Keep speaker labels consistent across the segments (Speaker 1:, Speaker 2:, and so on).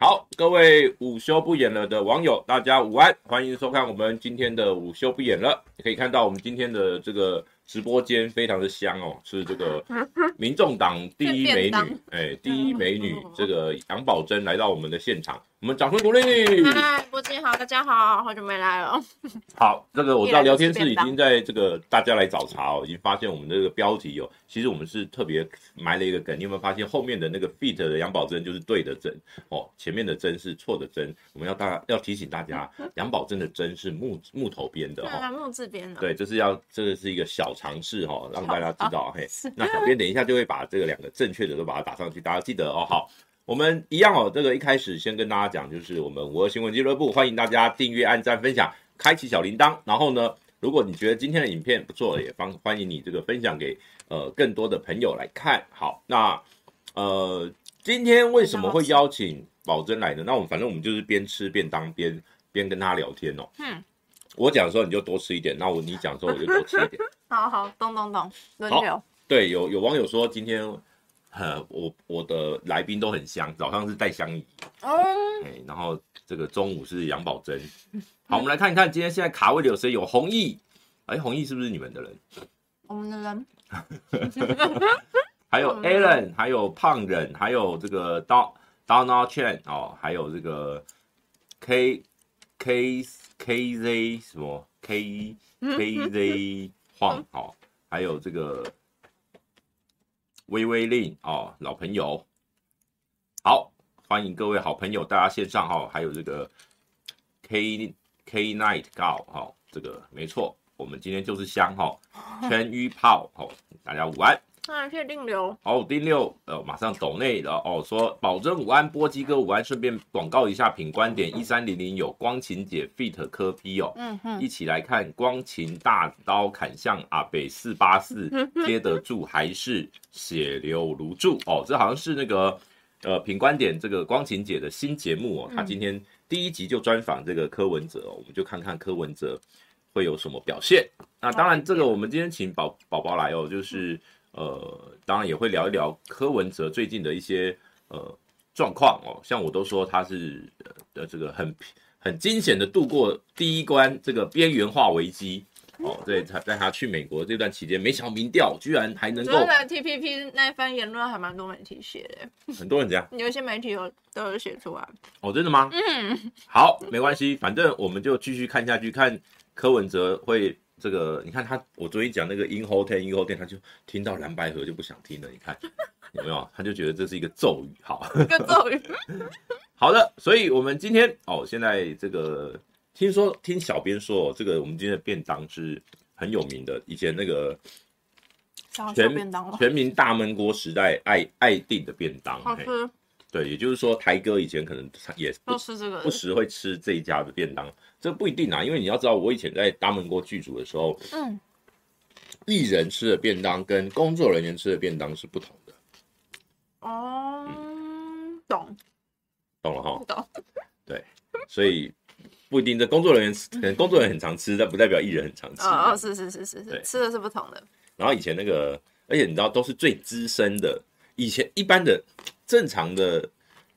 Speaker 1: 好，各位午休不演了的网友，大家午安，欢迎收看我们今天的午休不演了。你可以看到我们今天的这个直播间非常的香哦，是这个民众党第一美
Speaker 2: 便当
Speaker 1: 女，哎，第一美女这个杨宝珍来到我们的现场，我们掌声鼓 励。
Speaker 2: 嗨，波姐好，大家好，好久没来了。
Speaker 1: 好，这个我知道
Speaker 2: 一来
Speaker 1: 聊
Speaker 2: 就
Speaker 1: 天
Speaker 2: 吃
Speaker 1: 室已
Speaker 2: 便当
Speaker 1: 经在这个大家来找茬哦，已经发现我们这个标题哦，其实我们是特别埋了一个梗，你有没有发现后面的那个 feat 的杨宝珍就是对的真哦，前面的真是错的真，我们要大要提醒大家，杨宝珍的真是木木头编的
Speaker 2: 那
Speaker 1: 哦。
Speaker 2: 木字边的，
Speaker 1: 对，这是要这个是一个小尝试哈、哦，让大家知道嘿。
Speaker 2: 是
Speaker 1: 那小编等一下就会把这个两个正确的都把它打上去，大家记得哦。好，我们一样哦。这个一开始先跟大家讲，就是我们五二新闻俱乐部，欢迎大家订阅、按赞、分享，开启小铃铛。然后呢，如果你觉得今天的影片不错，也方欢迎你这个分享给呃更多的朋友来看。好，那呃，今天为什么会邀请宝珍来呢？那我们反正我们就是边吃便当边边跟他聊天哦。
Speaker 2: 嗯，
Speaker 1: 我讲的时候你就多吃一点，那我你讲的时候我就多吃一点。
Speaker 2: 好好，懂懂懂，轮流。
Speaker 1: 对，有有网友说今天，呃，我我的来宾都很香，早上是戴香怡，
Speaker 2: 嗯，
Speaker 1: 哎，然后这个中午是杨宝珍。好，我们来看一看今天现在卡位的有谁？有弘毅，哎，弘毅是不是你们的人？
Speaker 2: 我们的人
Speaker 1: 还有
Speaker 2: 嗯
Speaker 1: Alan，还有胖人，还有这个 Don Donald Chen 哦，还有这个 K K K Z 什么 K K Z 晃哦，还有这个微微令哦，老朋友，好，欢迎各位好朋友，大家线上哈、哦，还有这个 K K Night Go 哈、哦，这个没错，我们今天就是香哈、哦，全鱼泡哦，大家午安。
Speaker 2: 那确定流，
Speaker 1: 好，第六，呃，马上抖内了哦，说保证午安，波基哥午安，顺便广告一下品观点一三零零有光琴姐 fit 科批哦，
Speaker 2: 嗯哼，
Speaker 1: 一起来看光琴大刀砍向阿北四八四，接得住还是血流如注哦，这好像是那个呃品观点这个光琴姐的新节目哦，她今天第一集就专访这个柯文哲、哦，我们就看看柯文哲会有什么表现。那当然，这个我们今天请宝宝宝来哦，就是呃，当然也会聊一聊柯文哲最近的一些呃状况哦。像我都说他是呃呃这个很很惊险的度过第一关这个边缘化危机
Speaker 2: 嗯
Speaker 1: 哦。对，他在他去美国这段期间，没想到民调居然还能
Speaker 2: 主
Speaker 1: 够
Speaker 2: 要的 TPP 那一番言论还蛮多媒体写的，
Speaker 1: 很多人这样
Speaker 2: 有一些媒体有都有写 出来。
Speaker 1: 哦，真的吗？
Speaker 2: 嗯，
Speaker 1: 好，没关系，反正我们就继续看下去，看柯文哲会这个。你看他，我昨天讲那个阴后天，阴后天，他就听到蓝白河就不想听了。你看有没有？他就觉得这是一个咒语。好，
Speaker 2: 一个咒语，
Speaker 1: 好的，所以我们今天哦，现在这个听说听小编说，哦，这个我们今天的便当是很有名的，以前那个
Speaker 2: 小小
Speaker 1: 全
Speaker 2: 便当了，
Speaker 1: 全民大闷锅时代爱爱定的便当。
Speaker 2: 哦好
Speaker 1: 嘿
Speaker 2: 吃，
Speaker 1: 对，也就是说台哥以前可能也不
Speaker 2: 就吃这个嗯
Speaker 1: 不。时会吃这一家的便当，这不一定啊，因为你要知道，我以前在大闷锅剧组的时候，
Speaker 2: 嗯，
Speaker 1: 艺人吃的便当跟工作人员吃的便当是不同的，
Speaker 2: 哦，懂
Speaker 1: 懂了哈？
Speaker 2: 懂，
Speaker 1: 所以不一定，这工作人员吃可能工作人员很常吃，但不代表艺人很常吃。
Speaker 2: 哦哦，是是是是是
Speaker 1: 对，
Speaker 2: 吃的是不同的。
Speaker 1: 然后以前那个，而且你知道，都是最资深的，以前一般的正常的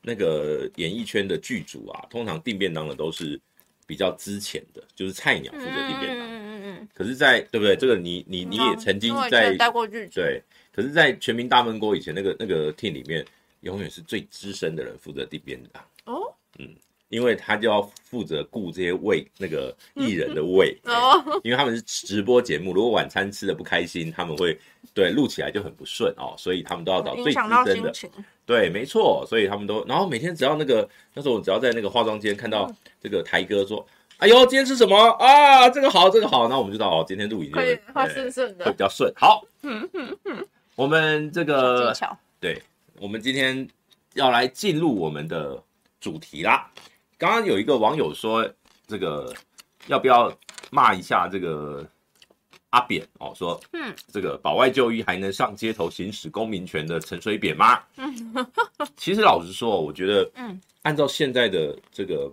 Speaker 1: 那个演艺圈的剧组啊，通常订便当的都是比较之前的，就是菜鸟负
Speaker 2: 嗯
Speaker 1: 责订
Speaker 2: 嗯
Speaker 1: 便当。
Speaker 2: 嗯嗯
Speaker 1: 可是在，对不对？这个你你
Speaker 2: 嗯，
Speaker 1: 你也曾经
Speaker 2: 因为我以
Speaker 1: 在
Speaker 2: 前待过剧组，
Speaker 1: 对，可是，在全民大闷锅以前那个那个 team 里面，永远是最资深的人负责订便当，
Speaker 2: 哦
Speaker 1: 因为他就要负责顾这些胃那个艺人的胃，哎
Speaker 2: 哦，
Speaker 1: 因为他们是直播节目，如果晚餐吃的不开心，他们会对录起来就很不顺哦，所以他们都要找最
Speaker 2: 影
Speaker 1: 资
Speaker 2: 响到
Speaker 1: 深的
Speaker 2: 心，情。
Speaker 1: 对，没错，所以他们都，然后每天只要那个那时候我只要在那个化妆间看
Speaker 2: 嗯
Speaker 1: 到这个台哥说。哎呦，今天吃什么啊？这个好，这个好，那我们就知道哦，今天录影就
Speaker 2: 会
Speaker 1: 哎
Speaker 2: 会顺顺
Speaker 1: 会
Speaker 2: 的
Speaker 1: 比，较顺。好，我们这
Speaker 2: 小
Speaker 1: 个
Speaker 2: 技巧。
Speaker 1: 对，我们今天要来进入我们的主题啦。刚刚有一个网友说，这个要不要骂一下这个阿扁哦？说，
Speaker 2: 嗯，
Speaker 1: 这个保外就医还能上街头行使公民权的陈水扁 吗？其实老实说，我觉得，
Speaker 2: 嗯，
Speaker 1: 按照现在的这个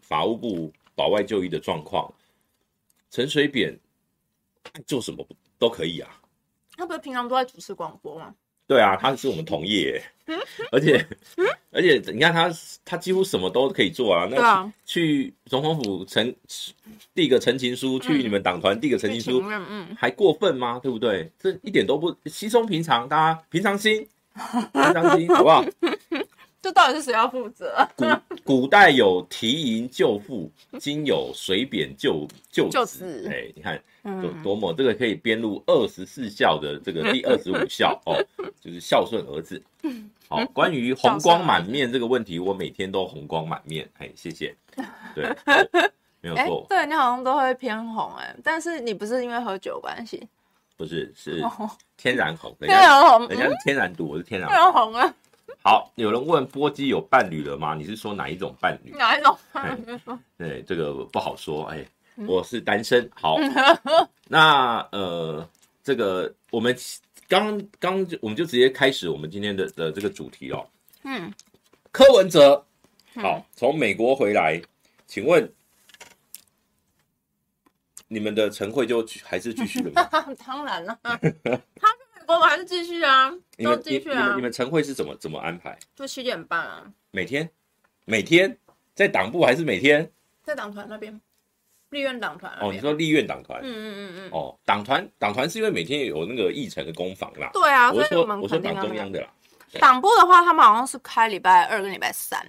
Speaker 1: 法务部保外就医的状况，陈水扁爱做什么都可以啊。
Speaker 2: 他不是平常都在主持广播吗？
Speaker 1: 对啊，他是我们同业，而且而且你看他他几乎什么都可以做啊。
Speaker 2: 对
Speaker 1: 那
Speaker 2: 啊
Speaker 1: 去总统府呈递个陈情书，去你们党团递个陈情书，
Speaker 2: 任，嗯，
Speaker 1: 还过分吗？对不对？这一点都不稀松平常，大家平常心，平常心，好不好？
Speaker 2: 这到底是谁要负责？啊
Speaker 1: 古古代有提银救父，今有水扁救救
Speaker 2: 救
Speaker 1: 子
Speaker 2: 子。
Speaker 1: 哎，你看多
Speaker 2: 嗯，
Speaker 1: 多么这个可以编入二十四孝的这 个第二十五孝哦，就是孝顺儿子。好，关于红光满面这个问题，我每天都红光满面。哎，谢谢。 对，没有
Speaker 2: 哎
Speaker 1: 错，，
Speaker 2: 对你好像都会偏红哎，但是你不是因为喝酒关系，
Speaker 1: 不是是
Speaker 2: 哦
Speaker 1: 天然红，人
Speaker 2: 天
Speaker 1: 家
Speaker 2: 然红，
Speaker 1: 人
Speaker 2: 嗯
Speaker 1: 家是天然毒，我是天然
Speaker 2: 天
Speaker 1: 红。
Speaker 2: 然红啊，
Speaker 1: 好，有人问波基有伴侣了吗？你是说哪一种伴侣？
Speaker 2: 哪一种嗯
Speaker 1: 哎？
Speaker 2: 你说
Speaker 1: 对，这个不好说。哎，
Speaker 2: 嗯
Speaker 1: 我是单身。 好，那呃，这个我们刚刚就我们就直接开始我们今天的的这个主题哦。
Speaker 2: 嗯，
Speaker 1: 柯文哲，
Speaker 2: 嗯
Speaker 1: 好，从美国回来，请问你们的晨会就去还是继续了 吗？
Speaker 2: 当 然了，他去美国我还是继续啊，
Speaker 1: 你
Speaker 2: 都
Speaker 1: 们你
Speaker 2: 继续
Speaker 1: 你
Speaker 2: 啊
Speaker 1: 们你，们晨会是怎么怎么安排？
Speaker 2: 就七点半啊，
Speaker 1: 每天每天在党部还是每天？
Speaker 2: 在党团那边，立院党团那
Speaker 1: 哦，你
Speaker 2: 边，
Speaker 1: 说立院党团
Speaker 2: 嗯。嗯嗯嗯，
Speaker 1: 哦，党团党团是因为每天有那个议程的攻防啦，
Speaker 2: 对啊，
Speaker 1: 我
Speaker 2: 所
Speaker 1: 是
Speaker 2: 以我
Speaker 1: 说
Speaker 2: 们
Speaker 1: 我说
Speaker 2: 肯定
Speaker 1: 党
Speaker 2: 要那
Speaker 1: 中
Speaker 2: 个
Speaker 1: 央的啦，
Speaker 2: 党部的话，他们好像是开礼拜二跟礼拜三，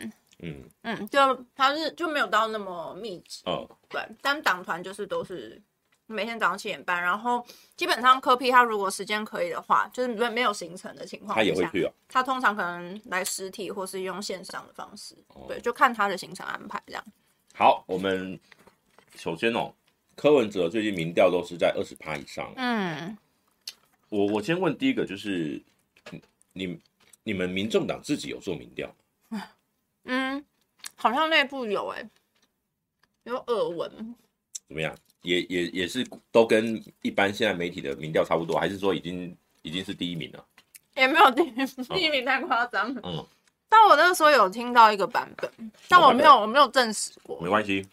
Speaker 1: 嗯
Speaker 2: 嗯，就他是就没有到那么密集，
Speaker 1: 哦
Speaker 2: 对，但党团就是都是每天早上七点半，然后基本上科批他如果时间可以的话，就是没没有行程的情况
Speaker 1: 他也会
Speaker 2: 下，
Speaker 1: 去哦，
Speaker 2: 他通常可能来实体或是用线上的方式，
Speaker 1: 哦
Speaker 2: 对，就看他的行程安排这样。
Speaker 1: 好，我们首先哦，柯文哲最近民调都是在二十趴以上。啊
Speaker 2: 嗯，
Speaker 1: 我我先问第一个，就是嗯你你们民众党自己有做民调，
Speaker 2: 嗯，好像内部有哎、有耳闻，
Speaker 1: 怎么样？也也也是都跟一般现在媒体的民调差不多，还是说已经已经是第一名了？
Speaker 2: 也没有 第一第一名太夸张。
Speaker 1: 嗯，
Speaker 2: 但我那时候有听到一个版本，但我没有我没有证实过
Speaker 1: 没，关系，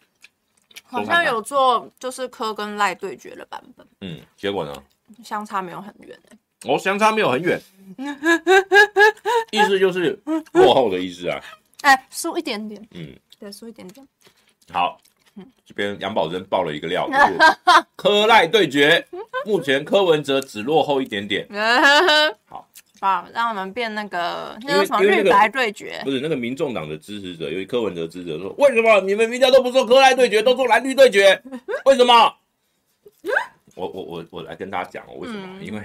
Speaker 2: 好像有做就是科跟赖对决的版本，
Speaker 1: 嗯，结果呢？
Speaker 2: 相差没有很远、欸、
Speaker 1: 哦，相差没有很 远，意思就是落后的意思啊。
Speaker 2: 哎、输一点点，
Speaker 1: 嗯，
Speaker 2: 对，输一点 点。
Speaker 1: 好，这边杨宝珍爆了一个料，就是柯赖对决，目前柯文哲只落后一点点。好，
Speaker 2: 好，让我们变那个
Speaker 1: 为
Speaker 2: 那个什么
Speaker 1: 因为那
Speaker 2: 绿
Speaker 1: 个
Speaker 2: 白对决
Speaker 1: 不，是那个民众党的支持者，有一柯文哲支持者说，为什么你们民调都不做柯赖对决，都做蓝绿对决？为什么？我我我我来跟大家讲哦，为什么？
Speaker 2: 嗯
Speaker 1: 因为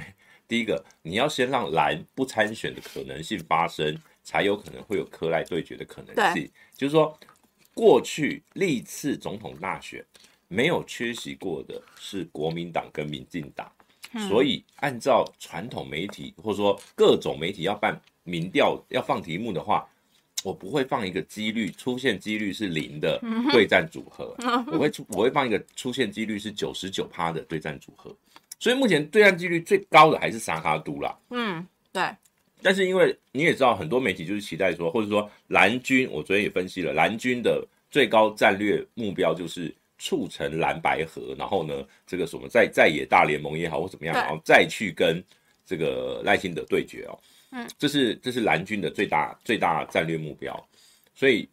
Speaker 1: 第一个，你要先让蓝不参选的可能性发生，才有可能会有柯赖对决的可能性。就是说，过去历次总统大选没有缺席过的是国民党跟民进党。所以，按照传统媒体或者说各种媒体要办民调、要放题目的话，我不会放一个几率出现几率是零的对战组合，我会出我会放一个出现几率是九十九趴的对战组合。所以目前对战几率最高的还是萨卡都啦。
Speaker 2: 嗯，对，
Speaker 1: 但是因为你也知道，很多媒体就是期待说，或者说蓝军，我昨天也分析了，蓝军的最高战略目标就是促成蓝白合，然后呢，这个什么在在野大联盟也好或怎么样，
Speaker 2: 对
Speaker 1: 然后再去跟这个赖清德对决哦。
Speaker 2: 嗯，
Speaker 1: 这是这是蓝军的最大最大战略目标，所以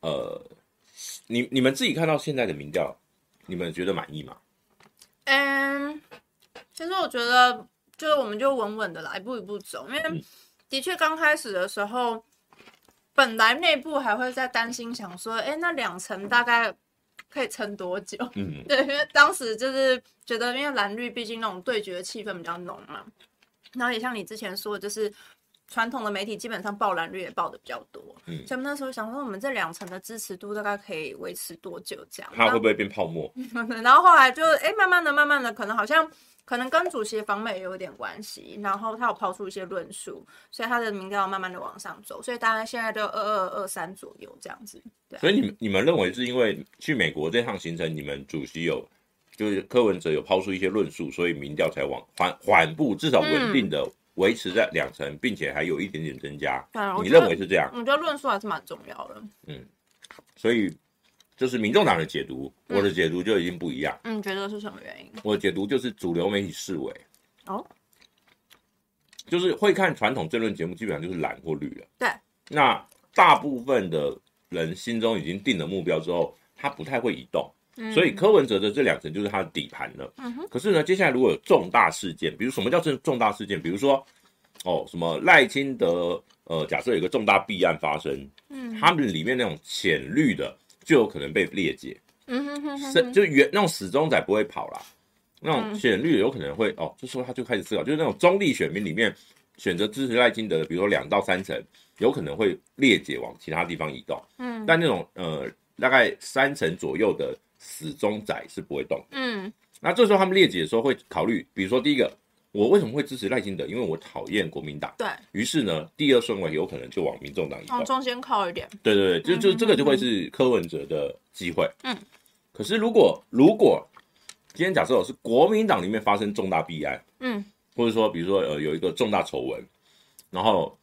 Speaker 1: 呃，你你们自己看到现在的民调，你们觉得满意吗？
Speaker 2: 嗯，其实我觉得就是我们就稳稳的来，一步一步走，因
Speaker 1: 嗯
Speaker 2: 为的确刚开始的时候，本来内部还会在担心，想说，哎，那两层大概可以撑多久？
Speaker 1: 嗯，
Speaker 2: 对，因为当时就是觉得，因为蓝绿毕竟那种对决的气氛比较浓嘛，然后也像你之前说的，就是传统的媒体基本上报蓝绿也报的比较多，
Speaker 1: 嗯
Speaker 2: 所以我们那时候想说，我们这两层的支持度大概可以维持多久这样？
Speaker 1: 它会不会变泡沫？
Speaker 2: 然后后来就哎、诶慢慢的、慢慢的，可能好像可能跟主席访美也有点关系，然后他有抛出一些论述，所以他的民调慢慢的往上走，所以大概现在就二二二三左右这样子。对啊，
Speaker 1: 所以你们你们认为是因为去美国这趟行程，你们主席有就是柯文哲有抛出一些论述，所以民调才往缓缓步，至少稳定的维持在两成，并且还有一点点增加。
Speaker 2: 对啊，我
Speaker 1: 你
Speaker 2: 觉得
Speaker 1: 认为是这样？
Speaker 2: 我觉得论述还是蛮重要的。
Speaker 1: 所以就是民众党的解读，
Speaker 2: 嗯
Speaker 1: 我的解读就已经不一样。
Speaker 2: 嗯，你觉得是什么原因？
Speaker 1: 我的解读就是主流媒体视为
Speaker 2: 哦，
Speaker 1: 就是会看传统政论节目，基本上就是蓝或绿了。
Speaker 2: 对，
Speaker 1: 那大部分的人心中已经定了目标之后，他不太会移动。
Speaker 2: 嗯
Speaker 1: 所以柯文哲的这两层就是他的底盘了。
Speaker 2: 嗯哼
Speaker 1: 可是呢，接下来如果有重大事件，比如什么叫重重大事件？比如说，哦，什么赖清德，呃，假设有一个重大弊案发生，
Speaker 2: 嗯
Speaker 1: 他们里面那种浅绿的就有可能被列解，
Speaker 2: 嗯哼哼哼
Speaker 1: 是
Speaker 2: 哼，
Speaker 1: 就原那种死忠仔不会跑啦，那种
Speaker 2: 嗯
Speaker 1: 浅绿的有可能会哦，就说他就开始思考，就是那种中立选民里面选择支持赖清德的，比如说两到三成，有可能会列解往其他地方移动。
Speaker 2: 嗯
Speaker 1: 但那种呃大概三成左右的死忠仔是不会动的。
Speaker 2: 嗯
Speaker 1: 那这时候他们列解的时候会考虑，比如说第一个，我为什么会支持赖清德？因为我讨厌国民党。
Speaker 2: 对，
Speaker 1: 于是呢，第二顺位有可能就往民众党移动。
Speaker 2: 往中间靠一点，
Speaker 1: 对对对，就就
Speaker 2: 哦嗯
Speaker 1: 这个就会是柯文哲的机会。
Speaker 2: 嗯，
Speaker 1: 可是如果如果今天假设是国民党里面发生重大弊案，
Speaker 2: 嗯
Speaker 1: 或者说比如说呃有一个重大丑闻，然后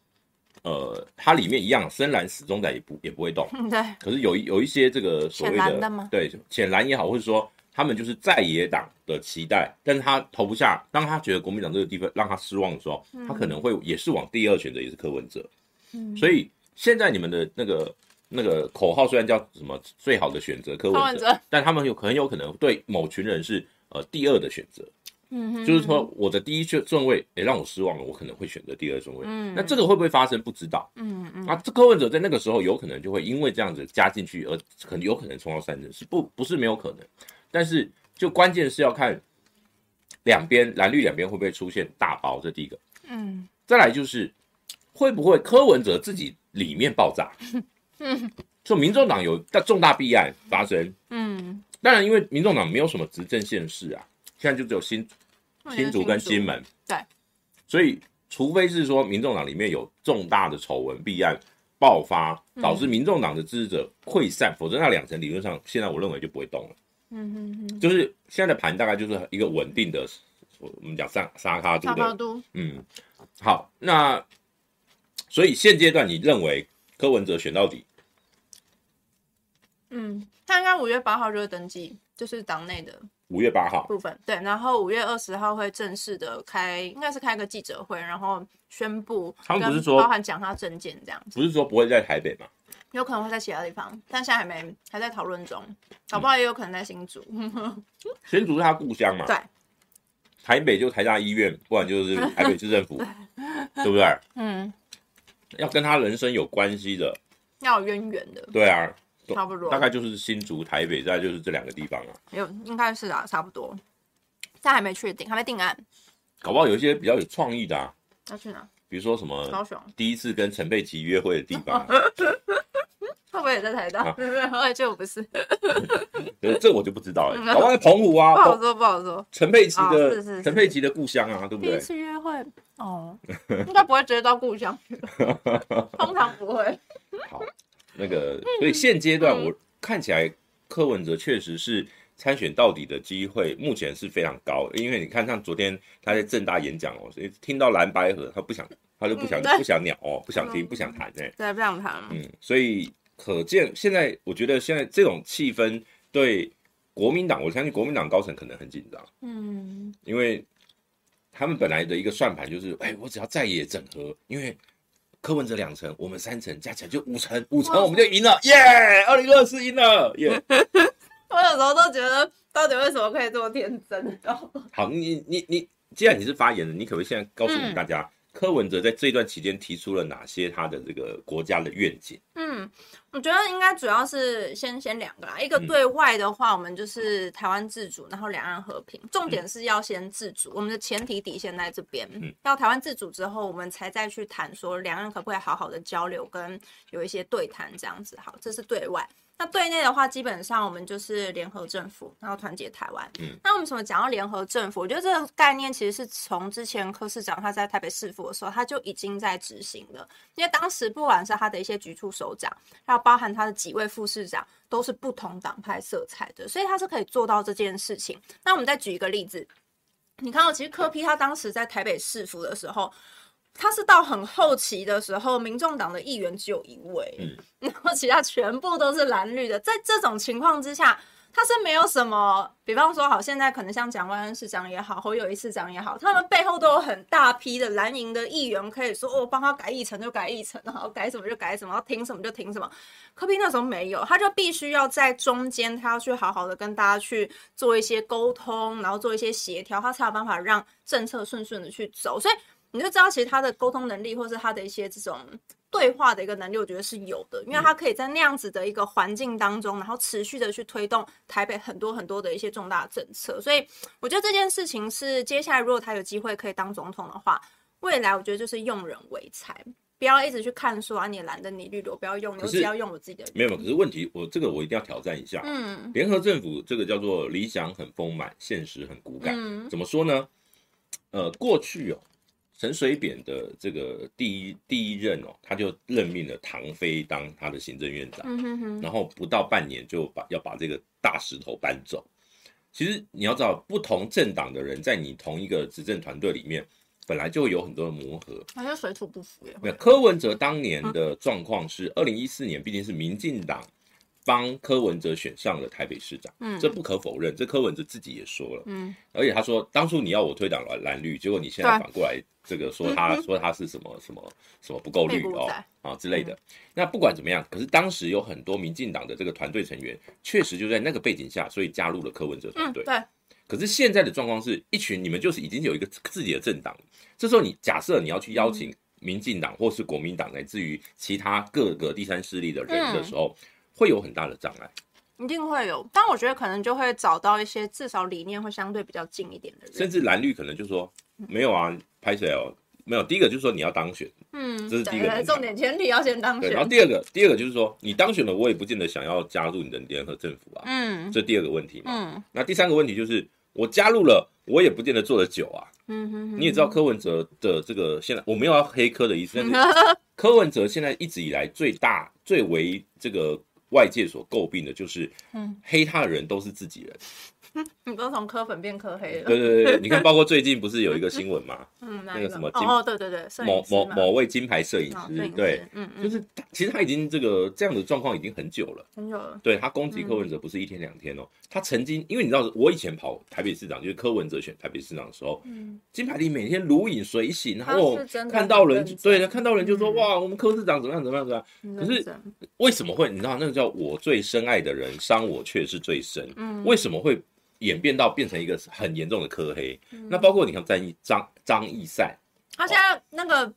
Speaker 1: 呃它里面一样深蓝死忠仔也不也不会动。
Speaker 2: 嗯对，
Speaker 1: 可是有一有一些这个所谓
Speaker 2: 浅
Speaker 1: 的
Speaker 2: 蓝的吗
Speaker 1: 对浅蓝也好，或者说他们就是在野党的期待，但是他投不下，当他觉得国民党这个地方让他失望的时候，他可能会也是往第二选择，也是柯文哲。
Speaker 2: 嗯
Speaker 1: 所以现在你们的那个那个口号虽然叫什么最好的选择柯
Speaker 2: 柯
Speaker 1: 文
Speaker 2: 文
Speaker 1: 哲，
Speaker 2: 哲，
Speaker 1: 但他们有很有可能对某群人是呃第二的选择，
Speaker 2: 嗯哼，
Speaker 1: 就是说我的第一顺顺位也让我失望了，我可能会选择第二顺位。
Speaker 2: 嗯，嗯，
Speaker 1: 那这个会不会发生？不知道。
Speaker 2: 嗯嗯
Speaker 1: 啊，这柯文哲在那个时候有可能就会因为这样子加进去，而可能有可能冲到三成，是不不是没有可能？但是就关键是要看两边蓝绿两边会不会出现大包，这第一个。
Speaker 2: 嗯
Speaker 1: 再来就是会不会柯文哲自己里面爆炸？
Speaker 2: 嗯
Speaker 1: 就民众党有大重大弊案发生，
Speaker 2: 嗯，
Speaker 1: 当然因为民众党没有什么执政县市啊，现在就只有新
Speaker 2: 我觉得
Speaker 1: 新竹跟金门。
Speaker 2: 对，
Speaker 1: 所以除非是说民众党里面有重大的丑闻弊案爆发，
Speaker 2: 嗯
Speaker 1: 导致民众党的支持者溃散，否则那两层理论上现在我认为就不会动了。
Speaker 2: 嗯哼哼，
Speaker 1: 就是现在的盘大概就是一个稳定的，我我们讲上沙卡都
Speaker 2: 差高
Speaker 1: 的，
Speaker 2: 度，
Speaker 1: 嗯，好，那所以现阶段你认为柯文哲选到底？
Speaker 2: 嗯，他应该五月八号就会登记，就是党内的
Speaker 1: 五月八号，
Speaker 2: 部分，对，然后五月二十号会正式的开，应该是开个记者会，然后宣布，
Speaker 1: 他们不是
Speaker 2: 跟
Speaker 1: 说
Speaker 2: 包含讲他证件这样子，
Speaker 1: 不是说不会在台北嘛？
Speaker 2: 有可能会在其他地方，但现在还没还在讨论中，搞不好也有可能在新竹，
Speaker 1: 新竹是他故乡嘛？
Speaker 2: 对，
Speaker 1: 台北就台大医院，不然 就是台北市政府，对不对？
Speaker 2: 嗯，
Speaker 1: 要跟他人生有关系的，
Speaker 2: 要有渊源的，
Speaker 1: 对啊，懂
Speaker 2: 差不多，
Speaker 1: 大概就是新竹、台北，再来就是这两个地方啊。
Speaker 2: 有应该是啊，差不多，但还没确定，还没定案，
Speaker 1: 搞不好有一些比较有创意的啊，
Speaker 2: 要去哪？
Speaker 1: 比如说什
Speaker 2: 高
Speaker 1: 么
Speaker 2: 雄
Speaker 1: 第一次跟陈佩琪约会的地方啊，
Speaker 2: 会不会也在台
Speaker 1: 啊
Speaker 2: 大？没有没有，而且 我不是，
Speaker 1: 呃这我就不知道了、
Speaker 2: 嗯
Speaker 1: 搞不好在澎湖
Speaker 2: 不
Speaker 1: 啊，
Speaker 2: 好
Speaker 1: 澎
Speaker 2: 说不好 说。
Speaker 1: 陈佩琪
Speaker 2: 哦是是
Speaker 1: 的
Speaker 2: 是
Speaker 1: 陈佩琪的故乡啊，对不
Speaker 2: 第一
Speaker 1: 对？
Speaker 2: 次约会哦，应该不会直接到故乡 去吧，通常不会。
Speaker 1: 好，那
Speaker 2: 嗯
Speaker 1: 个，所以现阶段我看起来柯文哲确实是参选到底的机会，目前是非常高。因为你看，像昨天他在正大演讲哦，所以听到蓝白河，他不想，他就不想
Speaker 2: 嗯对
Speaker 1: 不想鸟哦，不想听，
Speaker 2: 嗯
Speaker 1: 不想谈哎、
Speaker 2: 对，不想谈。
Speaker 1: 嗯，所以可见现在，我觉得现在这种气氛对国民党，我相信国民党高层可能很紧张，
Speaker 2: 嗯
Speaker 1: 因为他们本来的一个算盘就是，哎，我只要在野整合，因为柯文哲两成，我们三成，加起来就五成，五成
Speaker 2: 哇
Speaker 1: 我们就赢了，耶！二零二四赢了，耶！
Speaker 2: 我有时候都觉得，到底为什么可以这么天真？然后
Speaker 1: 好，你你你，既然你是发言人，你可不可以现在告诉我们
Speaker 2: 嗯
Speaker 1: 大家，柯文哲在这段期间提出了哪些他的这个国家的愿景？
Speaker 2: 嗯，我觉得应该主要是先先两个啦，一个
Speaker 1: 嗯
Speaker 2: 对外的话，我们就是台湾自主，然后两岸和平，重点是要先自主，我们的前提底线在这边。
Speaker 1: 嗯
Speaker 2: 到台湾自主之后，我们才再去谈说两岸可不可以好好的交流，跟有一些对谈这样子。好，这是对外。那对内的话，基本上我们就是联合政府，然后团结台湾。
Speaker 1: 嗯
Speaker 2: 那我们怎么讲到联合政府？我觉得这个概念其实是从之前柯市长他在台北市府的时候，他就已经在执行了。因为当时不管是他的一些局处首长，还有包含他的几位副市长，都是不同党派色彩的，所以他是可以做到这件事情。那我们再举一个例子，你看到哦其实柯批他当时在台北市府的时候。他是到很后期的时候，民众党的议员只有一位，
Speaker 1: 嗯
Speaker 2: 然后其他全部都是蓝绿的。在这种情况之下，它是没有什么，比方说好，现在可能像蒋万安市长也好，侯友谊市长也好，他们背后都有很大批的蓝营的议员可以说，哦，帮他改议程就改议程，然后改什么就改什么，然后停什么就停什么。柯比那时候没有，他就必须要在中间，他要去好好的跟大家去做一些沟通，然后做一些协调，他才有办法让政策顺顺的去走。所以你就知道，其实他的沟通能力，或是他的一些这种对话的一个能力，我觉得是有的，因为他可以在那样子的一个环境当中，然后持续的去推动台北很多很多的一些重大政策。所以我觉得这件事情是接下来如果他有机会可以当总统的话，未来我觉得就是用人为才。不要一直去看说啊，你懒得你绿的，我不要用，你我
Speaker 1: 是
Speaker 2: 只要用我自己的人。
Speaker 1: 没有，可是问题我这个我一定要挑战一下。
Speaker 2: 嗯
Speaker 1: 联合政府这个叫做理想很丰满，现实很骨感。
Speaker 2: 嗯
Speaker 1: 怎么说呢？呃，过去哦，陈水扁的这个第一第一任哦，他就任命了唐飞当他的行政院长，
Speaker 2: 嗯哼哼，
Speaker 1: 然后不到半年就把要把这个大石头搬走。其实你要知道，不同政党的人在你同一个执政团队里面，本来就有很多的磨合。
Speaker 2: 好像水土不服耶。
Speaker 1: 那柯文哲当年的状况是，二零一四年毕竟是民进党帮柯文哲选上了台北市长，
Speaker 2: 嗯
Speaker 1: 这不可否认，这柯文哲自己也说了。
Speaker 2: 嗯
Speaker 1: 而且他说，当初你要我推党蓝蓝绿，结果你现
Speaker 2: 啊
Speaker 1: 在反过来这个说他说他是什么什么什么不够绿
Speaker 2: 嗯被嗯古
Speaker 1: 哦
Speaker 2: 仔
Speaker 1: 啊之类的。那不管怎么样，可是当时有很多民进党的这个团队成员，确实就在那个背景下，所以加入了柯文哲团
Speaker 2: 嗯，
Speaker 1: 队。
Speaker 2: 对，
Speaker 1: 可是现在的状况是一群你们就是已经有一个自己的政党，这时候你假设你要去
Speaker 2: 嗯
Speaker 1: 邀请民进党或是国民党，乃至于其他各个第三势力的人
Speaker 2: 嗯
Speaker 1: 的时候，会有很大的障碍。
Speaker 2: 一定会有。但我觉得可能就会找到一些至少理念会相对比较近一点的
Speaker 1: 甚
Speaker 2: 人。
Speaker 1: 至蓝绿可能就说没有啊，拍谁哦，没有。第一个就是说你要当选，
Speaker 2: 嗯，
Speaker 1: 这是第一个
Speaker 2: 对
Speaker 1: 门槛
Speaker 2: 重点前提要先当
Speaker 1: 对。然后
Speaker 2: 选。
Speaker 1: 第二个，第二个就是说你当选了，我也不见得想要加入你的联合政府啊，
Speaker 2: 嗯
Speaker 1: 这第二个问题嘛。
Speaker 2: 嗯
Speaker 1: 那第三个问题就是我加入了，我也不见得做得久啊。
Speaker 2: 嗯哼，
Speaker 1: 你也知道柯文哲的这个现在我没有要黑科的意思，但是 柯文哲现在一直以来最大最为这个外界所诟病的就是
Speaker 2: 嗯，
Speaker 1: 黑他的人都是自己人。
Speaker 2: 你不是从科粉变科黑了？
Speaker 1: 对对 对，对你看，包括最近不是有一个新闻嘛，
Speaker 2: 嗯，
Speaker 1: 那个什么金
Speaker 2: 哦，哦对对对，摄影
Speaker 1: 某
Speaker 2: 师
Speaker 1: 某
Speaker 2: 嘛
Speaker 1: 某位金牌摄影
Speaker 2: 哦摄
Speaker 1: 师，
Speaker 2: 影
Speaker 1: 对，
Speaker 2: 师，嗯嗯，
Speaker 1: 就是他其实他已经这个这样的状况已经很久了。
Speaker 2: 很有
Speaker 1: 对他攻击柯文
Speaker 2: 嗯
Speaker 1: 哲不是一天两天哦，他曾经因为你知道，我以前跑台北市长，就是柯文哲选台北市长的时候，
Speaker 2: 嗯
Speaker 1: 金牌里每天如影随形，然
Speaker 2: 他
Speaker 1: 后
Speaker 2: 是真的
Speaker 1: 看到
Speaker 2: 很
Speaker 1: 人
Speaker 2: 认真嗯
Speaker 1: 对，看到人就说、哇，我们柯市长怎么样怎么样怎么样。
Speaker 2: 认
Speaker 1: 可是
Speaker 2: 真，
Speaker 1: 为什么会你知道那个叫我最深爱的人伤我却是最深？
Speaker 2: 嗯
Speaker 1: 为什么会演变到变成一个很严重的科黑？
Speaker 2: 嗯
Speaker 1: 那包括你看张一张张义善，
Speaker 2: 他现在那个。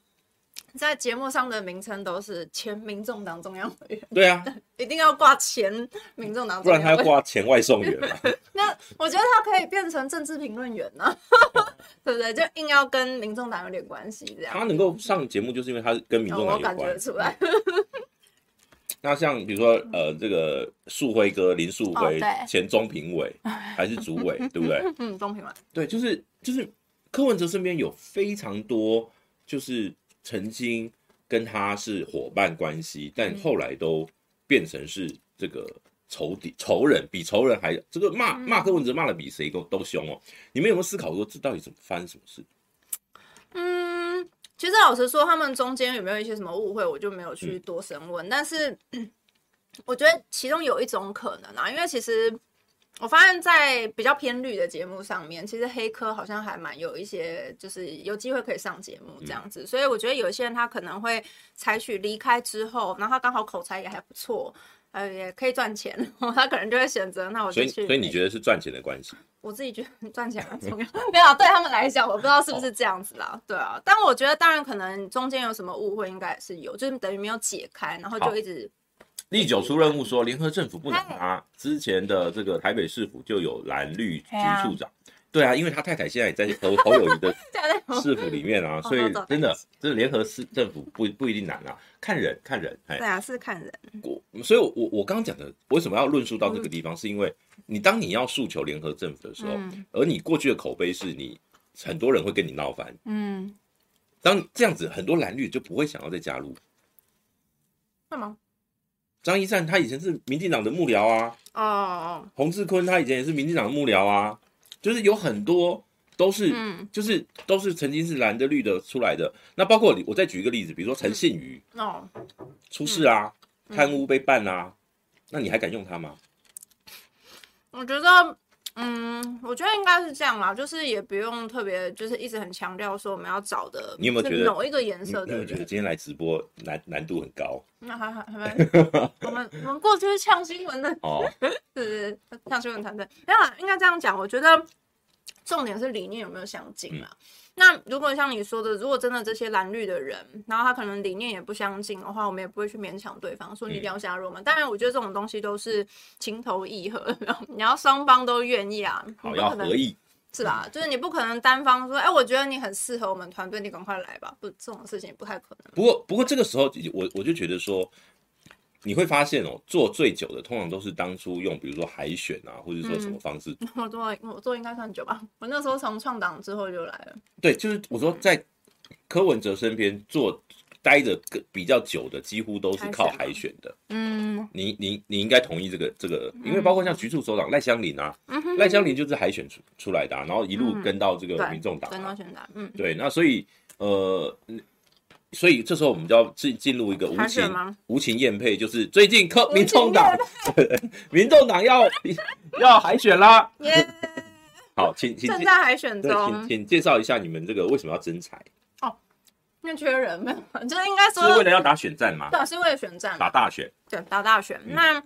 Speaker 2: 在节目上的名称都是前民众党中央委员，
Speaker 1: 对啊，
Speaker 2: 一定要挂前民众党
Speaker 1: 不
Speaker 2: 中
Speaker 1: 然
Speaker 2: 央委
Speaker 1: 他
Speaker 2: 员
Speaker 1: 要。挂前外送员嘛。
Speaker 2: 那我觉得他可以变成政治评论员呢、 对不对？就硬要跟民众党有点关系这样。
Speaker 1: 他能够上节目，就是因为他跟民
Speaker 2: 哦
Speaker 1: 众
Speaker 2: 我
Speaker 1: 党
Speaker 2: 感
Speaker 1: 有
Speaker 2: 觉
Speaker 1: 关
Speaker 2: 得。出来，
Speaker 1: 那像比如说呃，这个树辉哥林树
Speaker 2: 哦
Speaker 1: 辉
Speaker 2: 对，
Speaker 1: 前中评 委还是主委，对不对？
Speaker 2: 嗯，中评完，
Speaker 1: 对，就是就是柯文哲身边有非常多，就是曾经跟他是伙伴关系，但后来都变成是这个仇敌、仇人，比仇人还这个骂
Speaker 2: 嗯
Speaker 1: 骂柯文哲骂的比谁都都凶哦。你们有没有思考过这到底怎么发生什么事？
Speaker 2: 嗯，其实老实说，他们中间有没有一些什么误会，我就没有
Speaker 1: 嗯
Speaker 2: 去多深问。但是 我觉得其中有一种可能啊，因为其实我发现，在比较偏绿的节目上面，其实黑科好像还蛮有一些，就是有机会可以上节目这样
Speaker 1: 嗯
Speaker 2: 子。所以我觉得有一些人他可能会采取离开之后，然后他刚好口才也还不错。呃，也可以赚钱， 他可能就会选择那我
Speaker 1: 所
Speaker 2: 哦就
Speaker 1: 以
Speaker 2: 去。
Speaker 1: 所以你觉得是赚钱的关系？
Speaker 2: 我自己觉得赚钱很重要， 没有啊对他们来讲，我不知道是不是这样子啦。对啊，但我觉得当然可能中间有什么误会，应该也是有，就是等于没有解开，然后
Speaker 1: 好
Speaker 2: 就一直
Speaker 1: 第九出任务说，联合政府不能拿之前的这个台北市府就有蓝绿局处长，对啊，因为他太太现在也在投投友谊的
Speaker 2: 这样在
Speaker 1: 市府里面啊，所以
Speaker 2: 哦懂
Speaker 1: 真的，这联合市政府不不一定难啊，看人看人，哎
Speaker 2: 对，啊，是看人，
Speaker 1: 我所以我，我刚刚讲的为什么要论述到这个地方，是因为你当你要诉求联合政府的时候，
Speaker 2: 嗯
Speaker 1: 而你过去的口碑是你很多人会跟你闹翻，
Speaker 2: 嗯，
Speaker 1: 当这样子，很多蓝绿就不会想要再加入。
Speaker 2: 干
Speaker 1: 嗯
Speaker 2: 嘛？
Speaker 1: 张一善他以前是民进党的幕僚啊，
Speaker 2: 哦，
Speaker 1: 洪志坤他以前也是民进党的幕僚啊，就是有很多都是、
Speaker 2: 嗯，
Speaker 1: 就是都是曾经是蓝的绿的出来的。那包括你我再举一个例子，比如说陈信宇
Speaker 2: 哦，嗯
Speaker 1: 出事啊，贪污被办啊，那你还敢用他吗？
Speaker 2: 我觉得，嗯，我觉得应该是这样啦，就是也不用特别，就是一直很强调说我们要找的，
Speaker 1: 你有没有
Speaker 2: 是
Speaker 1: 觉得
Speaker 2: 某一个颜
Speaker 1: 你
Speaker 2: 色
Speaker 1: 你有
Speaker 2: 的
Speaker 1: 没有觉得
Speaker 2: 人？
Speaker 1: 今天来直播难难度很高
Speaker 2: 那还还还蛮， 我们我们过去是呛新闻的，
Speaker 1: 哦？
Speaker 2: 是呛新闻团队，没有啦，应该这样讲，我觉得。重点是理念有没有相近
Speaker 1: 嗯
Speaker 2: 啦。那如果像你说的，如果真的这些蓝绿的人，然后他可能理念也不相近的话，我们也不会去勉强对方说你一
Speaker 1: 嗯
Speaker 2: 定要加入嘛。当然，我觉得这种东西都是情投意合， 然后你要双方都愿意啊，你
Speaker 1: 好，
Speaker 2: 不
Speaker 1: 要
Speaker 2: 可能
Speaker 1: 合意，
Speaker 2: 是吧？就是你不可能单方说，哎、我觉得你很适合我们团队，你赶快来吧。不，这种事情不太可能。
Speaker 1: 不过，不过这个时候，我我就觉得说，你会发现哦，做最久的通常都是当初用，比如说海选啊，或者说
Speaker 2: 嗯
Speaker 1: 什么方式。
Speaker 2: 我做我做应该算久吧。我那时候从创党之后就来了，
Speaker 1: 对，就是我说在柯文哲身边做待着更比较久的，几乎都是靠
Speaker 2: 海选吗
Speaker 1: 海选的。
Speaker 2: 嗯，
Speaker 1: 你你你应该同意这个这个，因为包括像局处首长赖香林啊，
Speaker 2: 嗯哼
Speaker 1: 赖香林就是海选出出来的、啊，然后一路
Speaker 2: 嗯
Speaker 1: 跟到这个
Speaker 2: 对
Speaker 1: 民众党、
Speaker 2: 跟
Speaker 1: 啊
Speaker 2: 到。选党，嗯，
Speaker 1: 对，那所以呃，所以这时候我们就要进进入一个无
Speaker 2: 海选
Speaker 1: 情
Speaker 2: 吗
Speaker 1: 无情验配，就是最近科 民众
Speaker 2: 无情
Speaker 1: 党，民众党要要海选啦。
Speaker 2: 耶、
Speaker 1: 好，请请
Speaker 2: 正
Speaker 1: 介
Speaker 2: 在海选
Speaker 1: 对，请
Speaker 2: 中，
Speaker 1: 请介绍一下你们这个为什么要征才？
Speaker 2: 那缺人没有， 就是应该
Speaker 1: 是
Speaker 2: 说，
Speaker 1: 为了要打选战吗？
Speaker 2: 对，啊是为了选战，
Speaker 1: 打大选？
Speaker 2: 对，打大选。那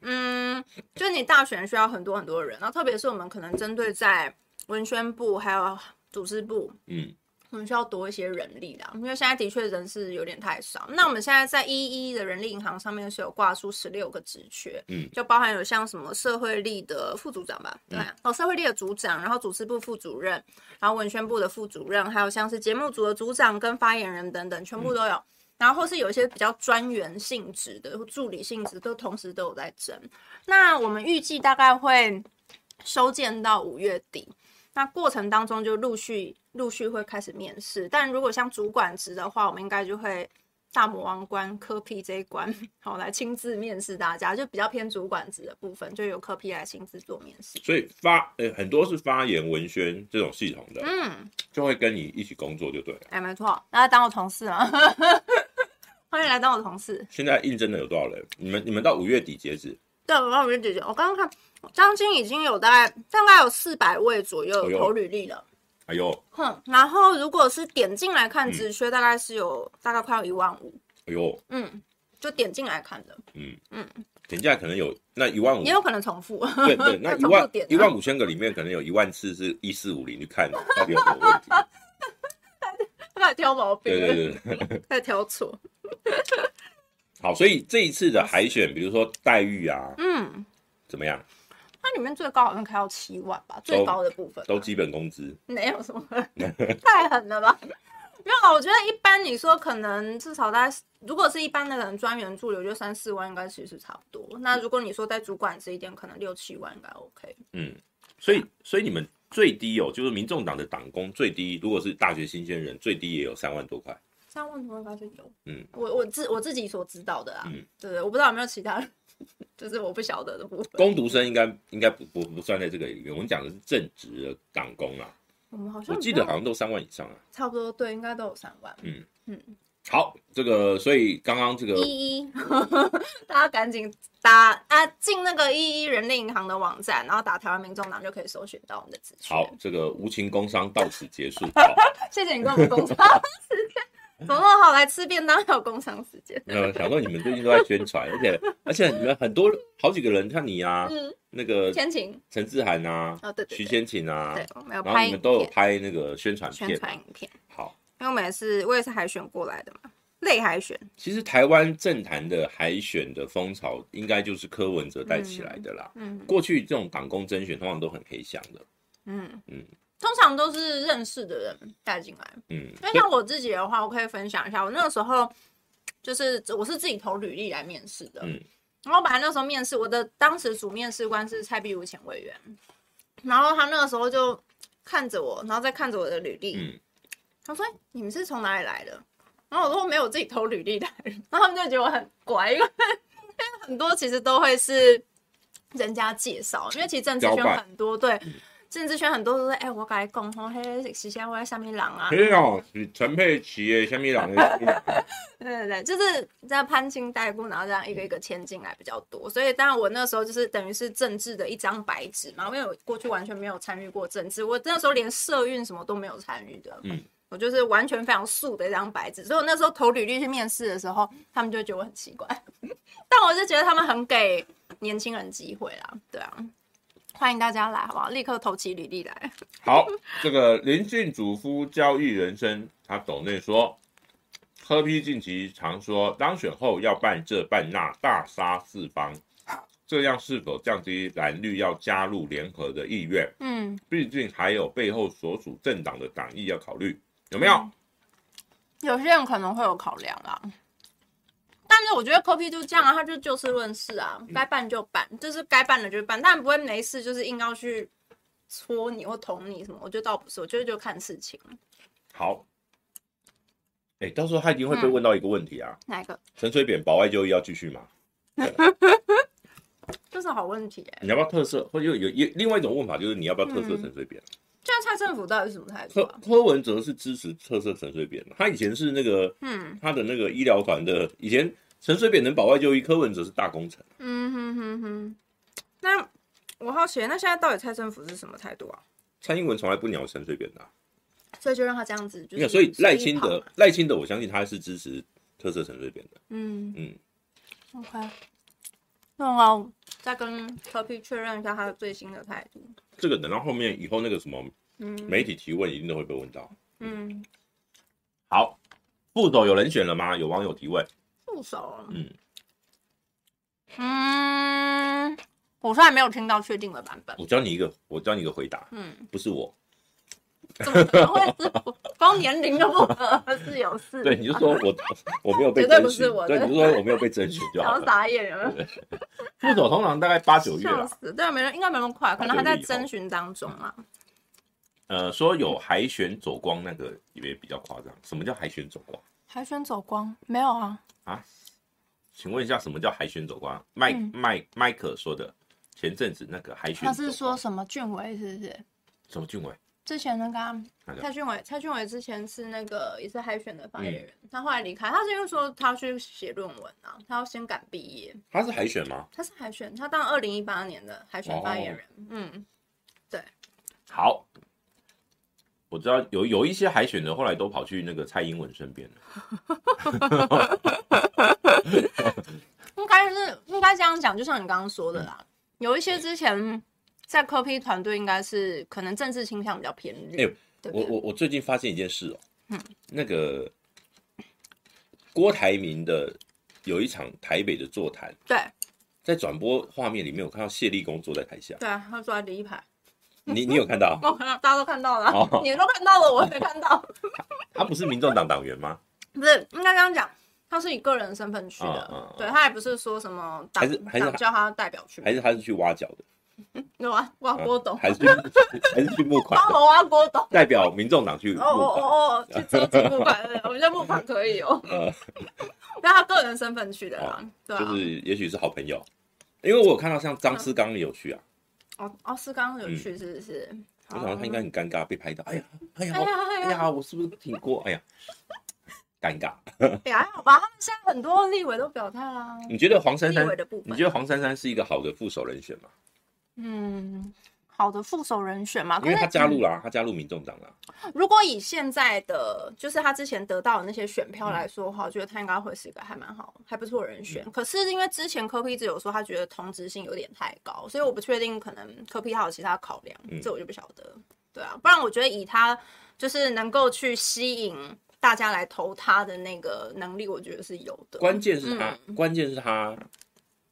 Speaker 2: 嗯，就是你大选需要很多很多人，然后特别是我们可能针对在文宣部还有组织部，
Speaker 1: 嗯，
Speaker 2: 我们需要多一些人力啦，因为现在的确人是有点太少。那我们现在在一一的人力银行上面是有挂出十六个职缺，
Speaker 1: 嗯
Speaker 2: 就包含有像什么社会力的副组长吧，对、啊，
Speaker 1: 嗯
Speaker 2: 哦，社会力的组长，然后组织部副主任，然后文宣部的副主任，还有像是节目组的组长跟发言人等等，全
Speaker 1: 嗯
Speaker 2: 部都有。然后或是有一些比较专员性质的、或助理性质，都同时都有在争。那我们预计大概会收件到五月底，那过程当中就陆续陆续会开始面试，但如果像主管职的话，我们应该就会大魔王关科 P 这一关，好来亲自面试大家，就比较偏主管职的部分，就由科 P 来亲自做面试。
Speaker 1: 所以发呃很多是发言文宣这种系统的，
Speaker 2: 嗯，
Speaker 1: 就会跟你一起工作就对了。
Speaker 2: 哎、没错，大家当我同事啊， 欢迎来当我同事。
Speaker 1: 现在应征的有多少人？你们你们到五月底截止，
Speaker 2: 对，我帮我姐姐，我刚刚看张晶已经有大概大概有四百位左右
Speaker 1: 哎呦
Speaker 2: 投履历了。
Speaker 1: 哎呦
Speaker 2: 哼，然后如果是点进来
Speaker 1: 嗯
Speaker 2: 看职缺，大概是有大概快要一万五，
Speaker 1: 哎呦，
Speaker 2: 嗯，就点进来看的，嗯
Speaker 1: 评价可能有那一万五
Speaker 2: 也有可能重复。
Speaker 1: 对对，那一
Speaker 2: 重复
Speaker 1: 万
Speaker 2: 点啊
Speaker 1: 一万五千个里面，可能有一万次是一四五零去看到底有什么问题。
Speaker 2: 他在挑毛病，
Speaker 1: 对对对，对
Speaker 2: 在挑错。
Speaker 1: 好，所以这一次的海选，比如说待遇啊，
Speaker 2: 嗯，
Speaker 1: 怎么样，
Speaker 2: 它里面最高好像开到七万吧，最高的部分
Speaker 1: 都基本工资，
Speaker 2: 没有什么，太狠了吧？没有，啊我觉得一般你说可能至少大概，如果是一般的可能专员助理，我觉得三四万应该其实差不多。那如果你说在主管这一点，可能六七万应该 OK。
Speaker 1: 嗯，所以所以你们最低哦，就是民众党的党工最低，如果是大学新鲜人，最低也有三万多块。
Speaker 2: 三万多应该是有，
Speaker 1: 嗯，
Speaker 2: 我我自我自己所知道的啊，
Speaker 1: 嗯
Speaker 2: 对对，我不知道有没有其他人， 就是我不晓得的部分。
Speaker 1: 工读生应该应该不不不算在这个里面，我们讲的是正职的党工啊，
Speaker 2: 我们好像
Speaker 1: 我记
Speaker 2: 没
Speaker 1: 得
Speaker 2: 有
Speaker 1: 好像都三万以上啊。
Speaker 2: 差不多，对，应该都有三万。
Speaker 1: 好，这个所以刚刚这个
Speaker 2: 一 一，大家赶紧打啊，进那个一一人力银行的网站，然后打台湾民众党就可以搜寻到我们的资讯。
Speaker 1: 好，这个无情工伤到此结束。好
Speaker 2: 谢谢你跟我们工商时间，怎么那么好来吃便当还有工商时间？
Speaker 1: 没有，想说你们最近都在宣传，而且而且你们很多好几个人，像你啊，
Speaker 2: 嗯，
Speaker 1: 那个
Speaker 2: 天晴，
Speaker 1: 陈志涵啊，
Speaker 2: 哦对对对
Speaker 1: 徐千晴啊，
Speaker 2: 对，我们有
Speaker 1: 然后
Speaker 2: 拍
Speaker 1: 你
Speaker 2: 影
Speaker 1: 们都有
Speaker 2: 片，
Speaker 1: 拍那个宣传
Speaker 2: 宣
Speaker 1: 片。啊
Speaker 2: 传影片，
Speaker 1: 好，
Speaker 2: 因为我们也是我也是海选过来的嘛，类海选，
Speaker 1: 其实台湾政坛的海选的风潮，应该就是柯文哲带起来的啦。
Speaker 2: 嗯
Speaker 1: 过去这种党工甄选通常都很黑箱的，
Speaker 2: 嗯
Speaker 1: 嗯
Speaker 2: 嗯，通常都是认识的人带进来。
Speaker 1: 嗯，
Speaker 2: 那像我自己的话，我可以分享一下，我那个时候就是我是自己投履历来面试的，
Speaker 1: 嗯
Speaker 2: 然后本来那时候面试，我的当时主面试官是蔡碧如前委员，然后他那个时候就看着我，然后再看着我的履历，
Speaker 1: 嗯
Speaker 2: 他说哎：“你们是从哪里来的？”然后我说：“没有，我自己投履历来的。”然后他们就觉得我很乖，因为 因为很多其实都会是人家介绍，因为其实政治
Speaker 1: 交
Speaker 2: 圈
Speaker 1: 办嗯
Speaker 2: 很多对。政治圈很多都是哎、我改讲吼，嘿，时间我在下面人啊，
Speaker 1: 没有，哦是陈佩琪诶，虾米人诶，
Speaker 2: 对对对，就是在攀亲带故，然后这样一个一个牵进来比较多。所以，当然我那时候就是等于是政治的一张白纸嘛，因为我过去完全没有参与过政治，我那时候连社运什么都没有参与的。
Speaker 1: 嗯
Speaker 2: 我就是完全非常素的一张白纸，所以我那时候投履历去面试的时候，他们就觉得我很奇怪， 但我就觉得他们很给年轻人机会啦，对啊，欢迎大家来，好不好？立刻投起履历来。
Speaker 1: 好，这个林俊主夫交易人生，他抖内说，柯批近期常说当选后要办这办那，大杀四方，这样是否降低蓝绿要加入联合的意愿？
Speaker 2: 嗯，
Speaker 1: 毕竟还有背后所属政党的党意要考虑，有没有？
Speaker 2: 有些人可能会有考量啦，但是我觉得科批就这样啊，他就就事论事啊，该办就办，就是该办的就办，但不会没事就是硬要去戳你或捅你什么，我觉得倒不是，我觉得就看事情。
Speaker 1: 好，哎，到时候他一定会
Speaker 2: 嗯
Speaker 1: 被问到一个问题啊：
Speaker 2: 哪一个？
Speaker 1: 陈、水扁保外就医要继续吗？
Speaker 2: 这是好问题哎、嗯
Speaker 1: 你要不要特色？或者有有有另外一种问法就是你要不要特色陈水扁？
Speaker 2: 现在蔡政府到底是什么态度
Speaker 1: 柯
Speaker 2: 啊？
Speaker 1: 柯文哲是支持特色陈水扁的，他以前是那个
Speaker 2: 嗯
Speaker 1: 他的那个医疗团的，以前陈水扁能保外就医，柯文哲是大功臣。
Speaker 2: 嗯哼哼哼，那我好奇，那现在到底蔡政府是什么态度啊？
Speaker 1: 蔡英文从来不鸟陈水扁的啊、
Speaker 2: 所以就让他这样子，就
Speaker 1: 你看，
Speaker 2: 是
Speaker 1: 所以赖清
Speaker 2: 随意
Speaker 1: 德
Speaker 2: 跑嘛，
Speaker 1: 赖清德，我相信他是支持特色陈水扁的。
Speaker 2: 嗯
Speaker 1: 嗯，
Speaker 2: OK，那我要再跟柯 P 确认一下他的最新的态度。
Speaker 1: 这个等到后面以后那个什么
Speaker 2: 嗯
Speaker 1: 媒体提问，一定都会被问到。
Speaker 2: 嗯，
Speaker 1: 好，副手有人选了吗？有网友提问。
Speaker 2: 副手，
Speaker 1: 嗯
Speaker 2: 嗯，我是还没有听到确定的版本。
Speaker 1: 我教你一个，我教你一个回答，
Speaker 2: 嗯，
Speaker 1: 不是我。
Speaker 2: 怎么可能会是我？光年龄就不合是有事？
Speaker 1: 对，你就说我我没有被
Speaker 2: 绝对
Speaker 1: 征
Speaker 2: 不
Speaker 1: 询
Speaker 2: 是我，
Speaker 1: 对，
Speaker 2: 的
Speaker 1: 你就说我没有被征询就
Speaker 2: 然
Speaker 1: 好
Speaker 2: 后
Speaker 1: 了。
Speaker 2: 傻眼了，
Speaker 1: 副手通常大概八九月啊
Speaker 2: 笑
Speaker 1: 啦，
Speaker 2: 死！对，啊没人应该没那么快，可能还在征询当中啊。
Speaker 1: 呃，说有海选走光那个也比较夸张。什么叫海选走光？
Speaker 2: 海选走光没有啊？
Speaker 1: 请问一下，什么叫海选走光？麦
Speaker 2: 嗯
Speaker 1: 麦麦克说的，前阵子那个海选
Speaker 2: 他
Speaker 1: 走光
Speaker 2: 是说什么俊伟是不是？
Speaker 1: 什么俊伟？
Speaker 2: 之前那个啊
Speaker 1: 哪个
Speaker 2: 蔡俊伟，蔡俊伟之前是那个也是海选的发言人，
Speaker 1: 嗯
Speaker 2: 他后来离开，他是因为说他要去写论文啊，他要先赶毕业，
Speaker 1: 他是海选吗？
Speaker 2: 他是海选，他当二零一八年的海
Speaker 1: 哦
Speaker 2: 选发言人，嗯，
Speaker 1: 好，我知道有有一些海选的，后来都跑去那个蔡英文身边了。
Speaker 2: 应该是应该这样讲，就像你刚刚说的啦，有一些之前在科批团队应该是可能政治倾向比较偏绿，
Speaker 1: 哎
Speaker 2: 对嗯不
Speaker 1: 我
Speaker 2: 对？
Speaker 1: 我我最近发现一件事哦，那个郭台铭的有一场台北的座谈，
Speaker 2: 对
Speaker 1: 在转播画面里面，我看到谢立功坐在台下，
Speaker 2: 对啊，他坐在第一排，哦
Speaker 1: 你你有看 到？
Speaker 2: 我看到大家都看到了啊，
Speaker 1: 哦
Speaker 2: 你都看到了，我也没看到，
Speaker 1: 他不是民众党党员吗？
Speaker 2: 不是应该这样讲，他是以个人身份去的，
Speaker 1: 嗯嗯嗯
Speaker 2: 对他也不是说什么党
Speaker 1: 还是还是
Speaker 2: 党叫他代表去，
Speaker 1: 还是他是去挖角的？
Speaker 2: 有啊，挖
Speaker 1: 啊
Speaker 2: 郭董，
Speaker 1: 还 是还是去募款
Speaker 2: 帮
Speaker 1: 的？
Speaker 2: 我挖郭董，
Speaker 1: 代表民众党去募
Speaker 2: 哦哦
Speaker 1: 款？
Speaker 2: 哦哦，去走进募款，对我觉得募款可以哦，
Speaker 1: 呃，
Speaker 2: 但他个人身份去的啦，对啊
Speaker 1: 哦就，是也许是好朋友，因为我有看到像张思刚也有去啊，
Speaker 2: 哦哦，是刚刚有去是不是？
Speaker 1: 嗯我想他应该很尴尬，被拍到，哎呀，哎呀
Speaker 2: 哎，呀
Speaker 1: 哎
Speaker 2: 哎呀
Speaker 1: 呀，我是不是挺过？哎呀，尴尬。
Speaker 2: 也哎还好吧，他们现在很多立委都表态啦，
Speaker 1: 你觉得黄珊
Speaker 2: 立
Speaker 1: 珊
Speaker 2: 委的部
Speaker 1: 嗯你
Speaker 2: 分
Speaker 1: 觉，得黄珊珊是一个好的副手人选吗？
Speaker 2: 嗯。好的副手人选嘛，
Speaker 1: 因
Speaker 2: 可
Speaker 1: 为
Speaker 2: 是
Speaker 1: 她加入啦，她加入民众党啦。
Speaker 2: 如果以现在的，就是他之前得到的那些选
Speaker 1: 嗯
Speaker 2: 票来说的话，我觉得他应该会是一个还蛮好、还不错的人选。可是因为之前科比只有说他觉得同质性有点太高，所以我不确定可能科比还有其他考量，
Speaker 1: 嗯
Speaker 2: 这我就不晓得。对啊，不然我觉得以他就是能够去吸引大家来投他的那个能力，我觉得是有的。
Speaker 1: 关键是
Speaker 2: 嗯
Speaker 1: 她，关键是她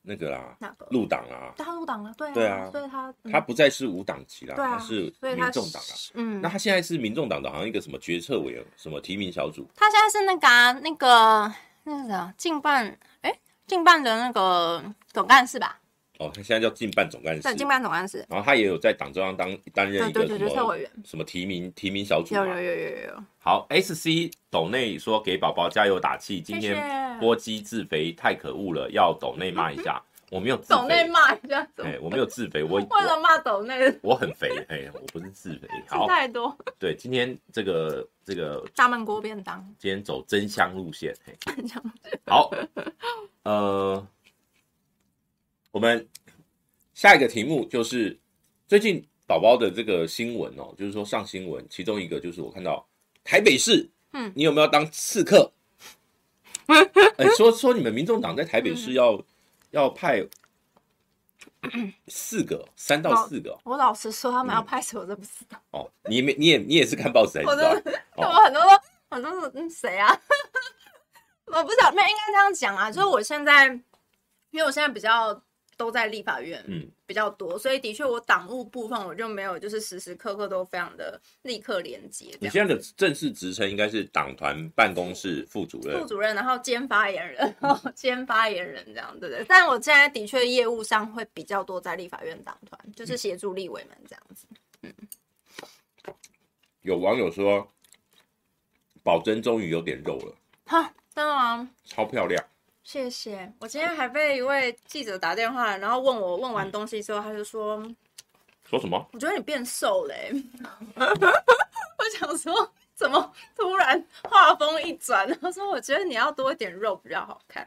Speaker 1: 那个啦，
Speaker 2: 那个
Speaker 1: 入党啦，
Speaker 2: 大陆党啊，对啊，
Speaker 1: 对啊
Speaker 2: 所以他、嗯
Speaker 1: 她不再是无党籍啦，
Speaker 2: 对啊
Speaker 1: 她是
Speaker 2: 所以
Speaker 1: 民
Speaker 2: 他
Speaker 1: 众党啦。啊
Speaker 2: 嗯
Speaker 1: 那，她现在是民众党的，好像一个什么决策委员，什么提名小组，
Speaker 2: 他现在是那个、啊、那个那个啥竞办哎竞办的那个总干事吧？
Speaker 1: 哦，她现在叫竞办总干事
Speaker 2: 对，。经办总干事，
Speaker 1: 然后她也有在党中央当担任一个
Speaker 2: 啊
Speaker 1: 什
Speaker 2: 对对对决策委
Speaker 1: 么
Speaker 2: 员
Speaker 1: 什么提名提名小组
Speaker 2: 有
Speaker 1: 嘛。
Speaker 2: 有有有有，
Speaker 1: 好，S C 抖内说给宝宝加油打气，今
Speaker 2: 谢
Speaker 1: 天
Speaker 2: 谢。
Speaker 1: 波基自肥太可恶了，要抖内骂一下。我没有自
Speaker 2: 抖嗯内
Speaker 1: 肥，
Speaker 2: 骂一下怎么
Speaker 1: 哎，？我没有自 肥，我
Speaker 2: 为了
Speaker 1: 我
Speaker 2: 骂抖内
Speaker 1: 我很肥，哎，我不是自肥。
Speaker 2: 吃
Speaker 1: 好，
Speaker 2: 太多，
Speaker 1: 对，今天这个这个
Speaker 2: 大闷锅便当，
Speaker 1: 今天走真香路线，嘿，
Speaker 2: 这样
Speaker 1: 好，呃，我们下一个题目就是最近宝宝的这个新闻哦，就是说上新闻，其中一个就是我看到台北市，
Speaker 2: 嗯
Speaker 1: 你有没有当刺 客？哎，说说你们民众党在台北
Speaker 2: 嗯
Speaker 1: 市要、要派四个，三
Speaker 2: 哦
Speaker 1: 到四个
Speaker 2: 我老实说，他们
Speaker 1: 嗯
Speaker 2: 要拍谁我都不知道，
Speaker 1: 哦，你没你也你也是看报纸才知
Speaker 2: 我
Speaker 1: 道
Speaker 2: 真的，
Speaker 1: 哦
Speaker 2: 我很多都很多是嗯谁啊？ 我不想，没有应该这样讲
Speaker 1: 嗯
Speaker 2: 啊，就是我现在，因为我现在比较都在立法院，
Speaker 1: 嗯
Speaker 2: 比较多，所以的确我党务部分我就没有就是时时刻刻都非常的立刻连接这
Speaker 1: 你
Speaker 2: 样。
Speaker 1: 现在的正式职称应该是党团办公室副主任
Speaker 2: 副，主任，然后兼发言人，
Speaker 1: 嗯
Speaker 2: 然后兼发言人这样，对不对？但我现在的确业务上会比较多在立法院党团，就是
Speaker 1: 嗯
Speaker 2: 协助立委们这样子。
Speaker 1: 有网友说，宝珍终于有点肉了，
Speaker 2: 哈，真的吗？
Speaker 1: 超漂亮。
Speaker 2: 谢谢。我今天还被一位记者打电话，然后问我问
Speaker 1: 嗯
Speaker 2: 完东西之后，他就说
Speaker 1: 说什么：“？
Speaker 2: 我觉得你变瘦了欸、我想说，怎么突然话锋一转？他说：“我觉得你要多一点肉比较好看。”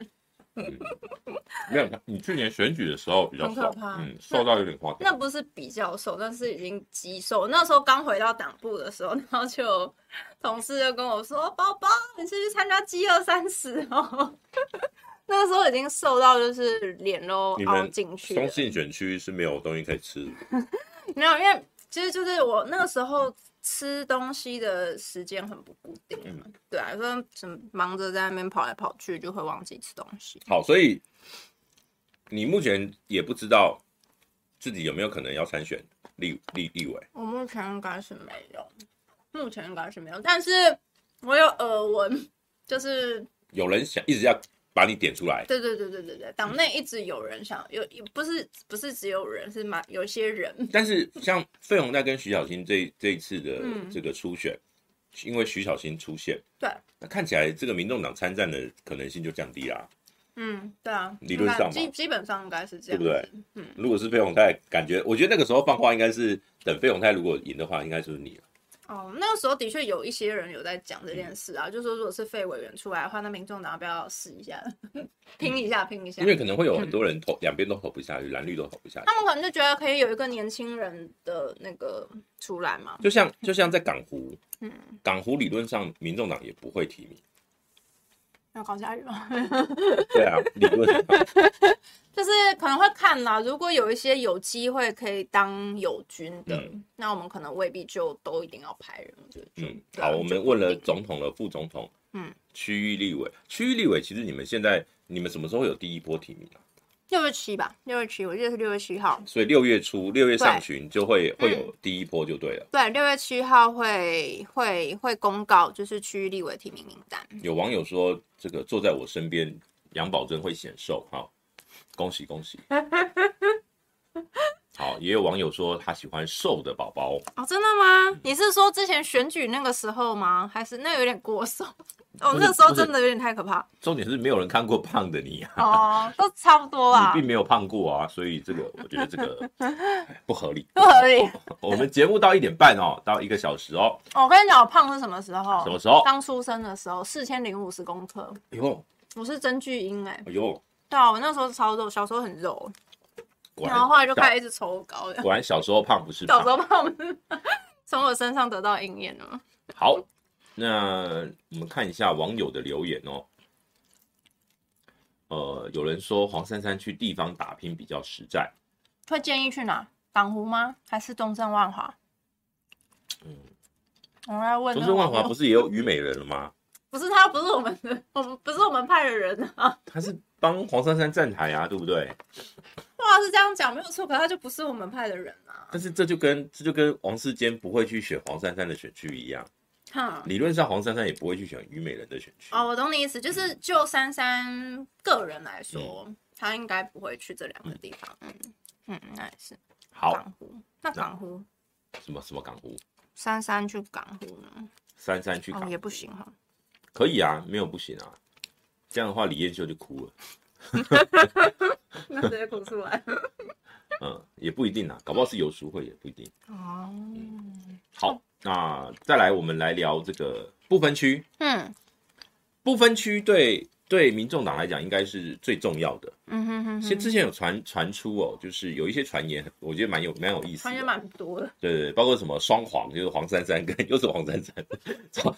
Speaker 1: 没有，你去年选举的时候比较
Speaker 2: 很
Speaker 1: 瘦
Speaker 2: 可，怕
Speaker 1: 嗯，瘦到有点夸张。
Speaker 2: 那不是比较瘦，那是已经极瘦。那时候刚回到党部的时候，然后就 有同事就跟我说：“宝宝，你是去参加饥饿三十哦。”那个时候已经瘦到就是脸都
Speaker 1: 你
Speaker 2: 凹
Speaker 1: 们
Speaker 2: 进去了
Speaker 1: 中，信选区是没有东西可以吃的，
Speaker 2: 没有，因为其实就是我那个时候吃东西的时间很不固定嘛，对啊，有时候什么忙着在那边跑来跑去，就会忘记吃东西。
Speaker 1: 好，所以你目前也不知道自己有没有可能要参选立立立委。
Speaker 2: 我目前应该是没有，目前应该是没有，但是我有耳闻，就是
Speaker 1: 有人想一直要把你点出来，
Speaker 2: 对对对对对对，党内一直有人想有，不是不是只有人，是蛮有些人。
Speaker 1: 但是像费鸿泰跟徐小新这这一次的
Speaker 2: 嗯
Speaker 1: 这个初选，因为徐小新出现，
Speaker 2: 对，
Speaker 1: 那看起来这个民众党参战的可能性就降低啦、
Speaker 2: 嗯，对啊，
Speaker 1: 理论上嘛
Speaker 2: 基基本上应该是这样，嗯
Speaker 1: 对不对？如果是费永泰，感觉我觉得那个时候放话应该是等费永泰如果赢的话，应该就是你了。
Speaker 2: 哦，那个时候的确有一些人有在讲这
Speaker 1: 嗯
Speaker 2: 件事啊，就说如果是废委员出来的话，那民众党要不要试一下，拼一下，拼一
Speaker 1: 嗯
Speaker 2: 下
Speaker 1: 因？为可能会有
Speaker 2: 嗯
Speaker 1: 很多人投两边都投不下去，蓝绿都投不下去。
Speaker 2: 他们可能就觉得可以有一个年轻人的那个出来嘛，
Speaker 1: 就像就像在港湖
Speaker 2: 嗯，
Speaker 1: 港湖理论上民众党也不会提名，
Speaker 2: 要高嘉瑜吗？
Speaker 1: 对啊，理论上
Speaker 2: 就是可能会看啦，如果有一些有机会可以当友军的，那我们可能未必就都一定要派人。我觉得就，
Speaker 1: 嗯，
Speaker 2: 对啊
Speaker 1: 好，我们问了总统了，副总统，
Speaker 2: 嗯，
Speaker 1: 区域立委，区域立委其实你们现在你们什么时候有第一波提名啊？
Speaker 2: 六月七吧，六月七，我记得是六月七号。
Speaker 1: 所以六月初、六月上旬就会
Speaker 2: 嗯
Speaker 1: 会有第一波就对了。
Speaker 2: 对，六月七号会会会公告，就是区域立委提名名单。
Speaker 1: 有网友说，这个坐在我身边，杨宝珍会显瘦，好，恭喜恭喜。好，也有网友说他喜欢瘦的宝宝，
Speaker 2: 哦，真的吗？你是说之前选举那个时候吗？还是那有点 过瘦？哦，
Speaker 1: 不是
Speaker 2: 那时候
Speaker 1: 不是
Speaker 2: 真的有点太 可怕。
Speaker 1: 重点是没有人看过胖的你啊，
Speaker 2: 哦，都差不多啦
Speaker 1: 你，并没有胖过啊，所以这个我觉得这个哎不合理。
Speaker 2: 不合理。
Speaker 1: 我们节目到一点半哦，到一个小时哦，
Speaker 2: 哦我跟你讲，我胖是什么时候？
Speaker 1: 什么时候？
Speaker 2: 刚出生的时候，四千零五十公克，
Speaker 1: 哎呦
Speaker 2: 我是真巨婴哎、
Speaker 1: 哎呦，
Speaker 2: 对啊，我那时候超肉，小时候很肉，
Speaker 1: 果
Speaker 2: 然后后来就开
Speaker 1: 小
Speaker 2: 始一直抽高 的，
Speaker 1: 果然小时候胖不是
Speaker 2: 小时
Speaker 1: 胖。
Speaker 2: 候怕我们从我身上得到应验了。
Speaker 1: 好，那我们看一下网友的留言哦。呃，有人说黄珊珊去地方打拼比较实在，
Speaker 2: 会建议去哪？港湖吗？还是东山万华？嗯，我们来问那
Speaker 1: 中
Speaker 2: 个
Speaker 1: 正万华
Speaker 2: 网友
Speaker 1: 不是也有虞美人了吗？
Speaker 2: 不是他，不是我们的， 我们不是我们派的人啊。
Speaker 1: 她是帮黄珊珊站台啊，对不对？
Speaker 2: 哇，是这样讲没有错，可他就不是我们派的人啊。
Speaker 1: 但是这就跟这就跟王世坚不会去选黄珊珊的选区一样，
Speaker 2: 哈，
Speaker 1: 理论上黄珊珊也不会去选虞美人的选区。
Speaker 2: 哦，我懂你意思，就是就珊珊个人来说，
Speaker 1: 嗯
Speaker 2: 他应该不会去这两个地方。嗯嗯，那也是
Speaker 1: 好，
Speaker 2: 港湖。那港湖，
Speaker 1: 什么什么港湖，
Speaker 2: 珊珊去港湖呢？哦
Speaker 1: 珊珊去港、
Speaker 2: 哦，也不行哈。
Speaker 1: 可以啊，没有不行啊。这样的话，李彦秀就哭了。
Speaker 2: 那直接哭出来。
Speaker 1: 嗯，也不一定啊，搞不好是游淑慧也不一定。
Speaker 2: 哦，
Speaker 1: 嗯好，那再来我们来聊这个不分区，
Speaker 2: 嗯
Speaker 1: 不分区对对民众党来讲应该是最重要的。
Speaker 2: 嗯哼哼
Speaker 1: 其实
Speaker 2: 哼，
Speaker 1: 之前有传传出哦，就是有一些传言，我觉得蛮有蛮有意思
Speaker 2: 穿越
Speaker 1: 的。
Speaker 2: 蛮多的。
Speaker 1: 对对对，包括什么双黄，就是黄珊珊跟又是黄珊珊。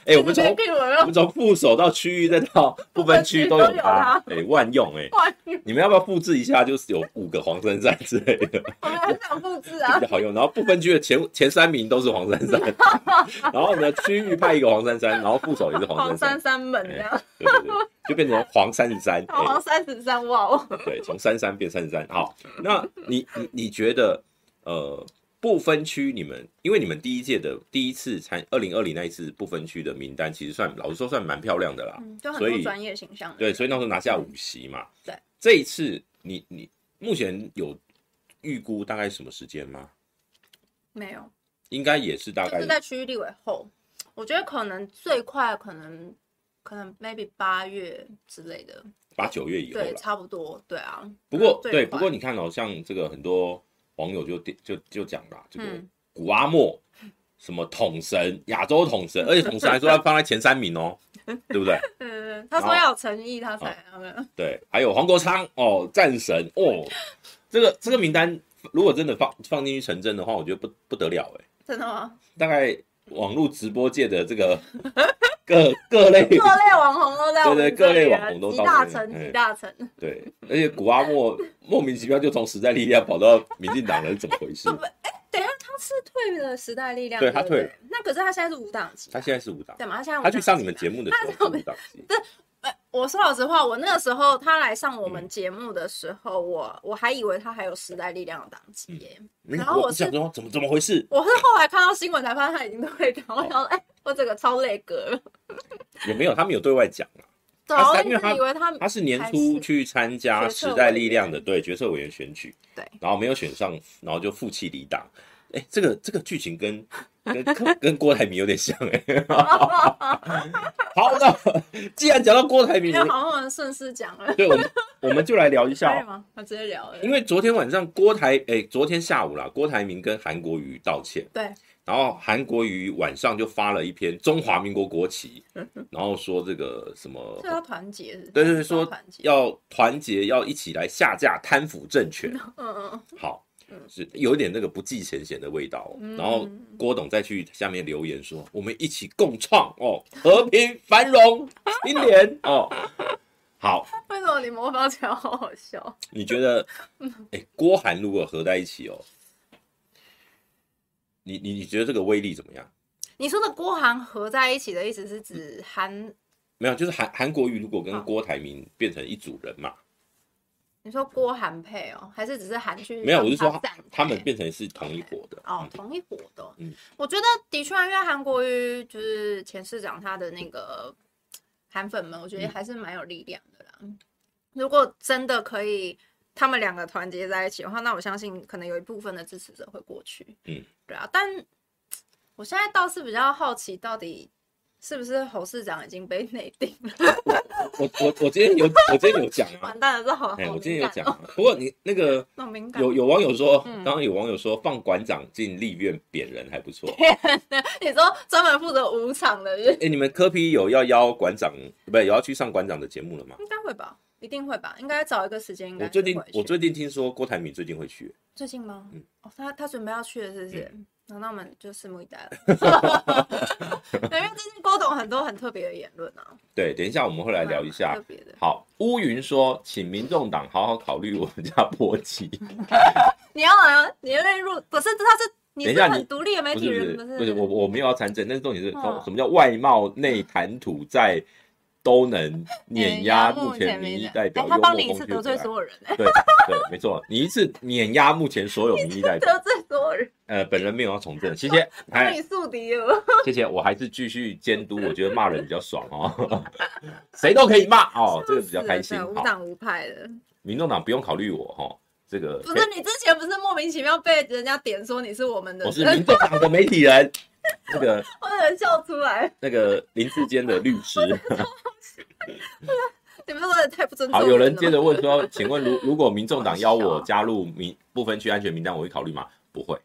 Speaker 1: 哎、我们从
Speaker 2: 病
Speaker 1: 我
Speaker 2: 了
Speaker 1: 们从副手到区域再到不分区都有它，哎、万用哎、
Speaker 2: 哇，
Speaker 1: 你们要不要复制一下？就是有五个黄珊珊之类的。
Speaker 2: 我们很想复制
Speaker 1: 比
Speaker 2: 啊。
Speaker 1: 较好用。然后不分区的前前三名都是黄珊珊，然后呢区域派一个黄珊珊，然后副手也是黄珊
Speaker 2: 黄
Speaker 1: 珊
Speaker 2: 三，三门这样，哦
Speaker 1: 对对对，就变成黄三十 三，哎
Speaker 2: 黄三十三哇哦，
Speaker 1: 对，从三三变三十三。好，那你你你觉得呃不分区你们，因为你们第一届的第一次参二零二零那一次不分区的名单，其实算老实说算蛮漂亮的啦，
Speaker 2: 嗯就很
Speaker 1: 所
Speaker 2: 多
Speaker 1: 以
Speaker 2: 专业形象。
Speaker 1: 对，所以那时候拿下五席嘛。
Speaker 2: 嗯对，
Speaker 1: 这一次你你目前有预估大概什么时间吗？
Speaker 2: 没有，
Speaker 1: 应该也是大概
Speaker 2: 就是在区域立委后，我觉得可能最快可能可能 maybe 八月之类的，
Speaker 1: 八九月以后
Speaker 2: 对，
Speaker 1: 了。
Speaker 2: 差不多，对啊。
Speaker 1: 不过
Speaker 2: 最
Speaker 1: 嗯对，
Speaker 2: 快
Speaker 1: 不过你看哦，像这个很多网友就就就讲啦，这个
Speaker 2: 嗯
Speaker 1: 古阿莫什么统神，亚洲统神，而且统神还说要放在前三名 哦，对不对？
Speaker 2: 嗯，他说要有诚意，他
Speaker 1: 啊
Speaker 2: 才
Speaker 1: 对，还有黄国昌哦，战神哦，这个这个名单如果真的放放进去成真的话，我觉得不不得了哎，
Speaker 2: 真的吗？
Speaker 1: 大概网络直播界的这 个各各类
Speaker 2: 各类网红都在我
Speaker 1: 对对
Speaker 2: 们这
Speaker 1: 各
Speaker 2: 里
Speaker 1: 类
Speaker 2: 了
Speaker 1: 网红都
Speaker 2: 集
Speaker 1: 到
Speaker 2: 大
Speaker 1: 这里
Speaker 2: 成，
Speaker 1: 哎
Speaker 2: 集大成，
Speaker 1: 对，而且古阿莫莫名其妙就从时代力量跑到民进党了，是怎么回事？
Speaker 2: 等一下，他是退了时代力量，
Speaker 1: 对
Speaker 2: 对
Speaker 1: 他
Speaker 2: 不
Speaker 1: 退了。
Speaker 2: 那可是他现在是无党籍
Speaker 1: 他，现在是五党。
Speaker 2: 对吗？他现在
Speaker 1: 他
Speaker 2: 无党
Speaker 1: 去
Speaker 2: 籍
Speaker 1: 上你们节目的时候是
Speaker 2: 他在我们
Speaker 1: 无党籍，
Speaker 2: 呃我说老实话，我那个时候他来上我
Speaker 1: 嗯
Speaker 2: 们节目的时候，我我还以为他还有时代力量的党籍
Speaker 1: 嗯
Speaker 2: 耶。然后我是
Speaker 1: 想说怎么怎么回事？
Speaker 2: 我是后来看到新闻才发现他已经退党，我想说，哎、我整个超累格了。
Speaker 1: 也没有，他们有对外讲啊，
Speaker 2: 对啊，
Speaker 1: 他
Speaker 2: 我
Speaker 1: 是
Speaker 2: 一直以为他
Speaker 1: 他是年初去参加时代力量的对决策委员选举，
Speaker 2: 对
Speaker 1: 然后没有选上，然后就负气离党。哎，这个这个剧情跟跟跟跟郭台铭有点像哎、好，那既然讲到郭台铭
Speaker 2: 因，为 好像我们顺势讲 了，
Speaker 1: 对我们我们就来聊一
Speaker 2: 可以
Speaker 1: 下哦，
Speaker 2: 吗？他直接聊了，
Speaker 1: 因为昨天晚上郭台哎，昨天下午啦，郭台铭跟韩国瑜道歉。
Speaker 2: 对，
Speaker 1: 然后韩国瑜晚上就发了一篇中华民国国 旗，然后说这个什么
Speaker 2: 所以，要团结是不是
Speaker 1: 哦对对对，
Speaker 2: 要
Speaker 1: 说
Speaker 2: 团结，
Speaker 1: 要团结，要一起来下架贪腐政权。
Speaker 2: 嗯嗯嗯，
Speaker 1: 好
Speaker 2: 嗯，
Speaker 1: 是有点那个不计前嫌的味道哦、
Speaker 2: 嗯
Speaker 1: 然后郭董再去下面留言说，我们一起共创哦，和平繁荣，清廉哦。好，
Speaker 2: 为什么你模仿起来好好笑？
Speaker 1: 你觉得，
Speaker 2: 嗯
Speaker 1: 哎，郭韩如果合在一起哦，你你你觉得这个威力怎么样？
Speaker 2: 你说的郭韩合在一起的意思是指韩，
Speaker 1: 没有，就是韩韩国瑜如果跟
Speaker 2: 好
Speaker 1: 郭台铭变成一组人嘛，
Speaker 2: 你说郭韩配哦，还是只是韩去
Speaker 1: 没有，我是说
Speaker 2: 帮
Speaker 1: 他
Speaker 2: 站台
Speaker 1: 他们变成是同一伙的。
Speaker 2: 哦，同一伙的哦。
Speaker 1: 嗯
Speaker 2: 我觉得的确啊，因为韩国瑜就是前市长，他的那个韩粉们，我
Speaker 1: 嗯
Speaker 2: 觉得还是蛮有力量的啦。如果真的可以，他们两个团结在一起的话，那我相信可能有一部分的支持者会过去。
Speaker 1: 嗯，
Speaker 2: 对啊。但我现在倒是比较好奇，到底是不是侯市长已经被内定了？
Speaker 1: 嗯我我我今天有我今天有讲啊，
Speaker 2: 完蛋了，这 好好
Speaker 1: 哎，
Speaker 2: 敏
Speaker 1: 我今天有
Speaker 2: 感
Speaker 1: 讲
Speaker 2: 哦，
Speaker 1: 啊。不过你那个
Speaker 2: 好敏感。
Speaker 1: 有有网友说，
Speaker 2: 嗯
Speaker 1: 刚刚有网友说放馆长进立院扁人还不错。
Speaker 2: 你说专门负责舞场的人，
Speaker 1: 哎，你们科批有要邀馆长，不是有要去上馆长的节目了吗？
Speaker 2: 应该会吧？一定会吧？应该找一个时间，应该
Speaker 1: 我最近
Speaker 2: 是会去
Speaker 1: 我最近听说郭台铭最近会去，
Speaker 2: 最近吗？
Speaker 1: 嗯
Speaker 2: 哦，他他准备要去了，是不是？好那我们就拭目以 待了。 对，因为最近郭董很多很特别的言论啊，
Speaker 1: 对，等一下我们会来聊一
Speaker 2: 蛮
Speaker 1: 下
Speaker 2: 特。别的。
Speaker 1: 好，乌云说，请民众党好好考虑我们家 波奇。
Speaker 2: 你要啊，你要入不是他是你
Speaker 1: 等一
Speaker 2: 是
Speaker 1: 下
Speaker 2: 很
Speaker 1: 你
Speaker 2: 独立的媒
Speaker 1: 不
Speaker 2: 体
Speaker 1: 是
Speaker 2: 人，
Speaker 1: 不
Speaker 2: 不
Speaker 1: 是
Speaker 2: 是？哎
Speaker 1: 不是我我没有要参政，但是重点是
Speaker 2: 嗯
Speaker 1: 什么叫外贸内谈吐在都 能碾压目前民意代表，
Speaker 2: 哎
Speaker 1: 幽
Speaker 2: 他
Speaker 1: 默
Speaker 2: 帮你一
Speaker 1: 风
Speaker 2: 次
Speaker 1: 趣
Speaker 2: 得
Speaker 1: 可
Speaker 2: 罪
Speaker 1: 爱
Speaker 2: 所。有人，哎，
Speaker 1: 对 对，没错，你一次碾压目前所有民 意代表
Speaker 2: 得。罪所有人，
Speaker 1: 呃，本人没有要从政，谢谢，
Speaker 2: 帮
Speaker 1: 哎
Speaker 2: 你，宿敌哦了。
Speaker 1: 谢谢，我还是继续监督，我觉得骂人比较爽哦，谁都可以骂哦，这个比 较开心
Speaker 2: 是。无
Speaker 1: 好，
Speaker 2: 党无派的，
Speaker 1: 民众党不用考虑我哈、哦，这个
Speaker 2: 不是你之前不是莫名其妙被人家点说你是我们的
Speaker 1: 我是民
Speaker 2: 人，
Speaker 1: 众党的媒体人，这个
Speaker 2: 我有人笑出来。
Speaker 1: 那个林志坚的律师。
Speaker 2: 你们们说的太不尊 重
Speaker 1: 好，
Speaker 2: 了
Speaker 1: 有人接 着问说，请问如如果民众党邀我加入民不分区安全名单，我会考虑吗？不会，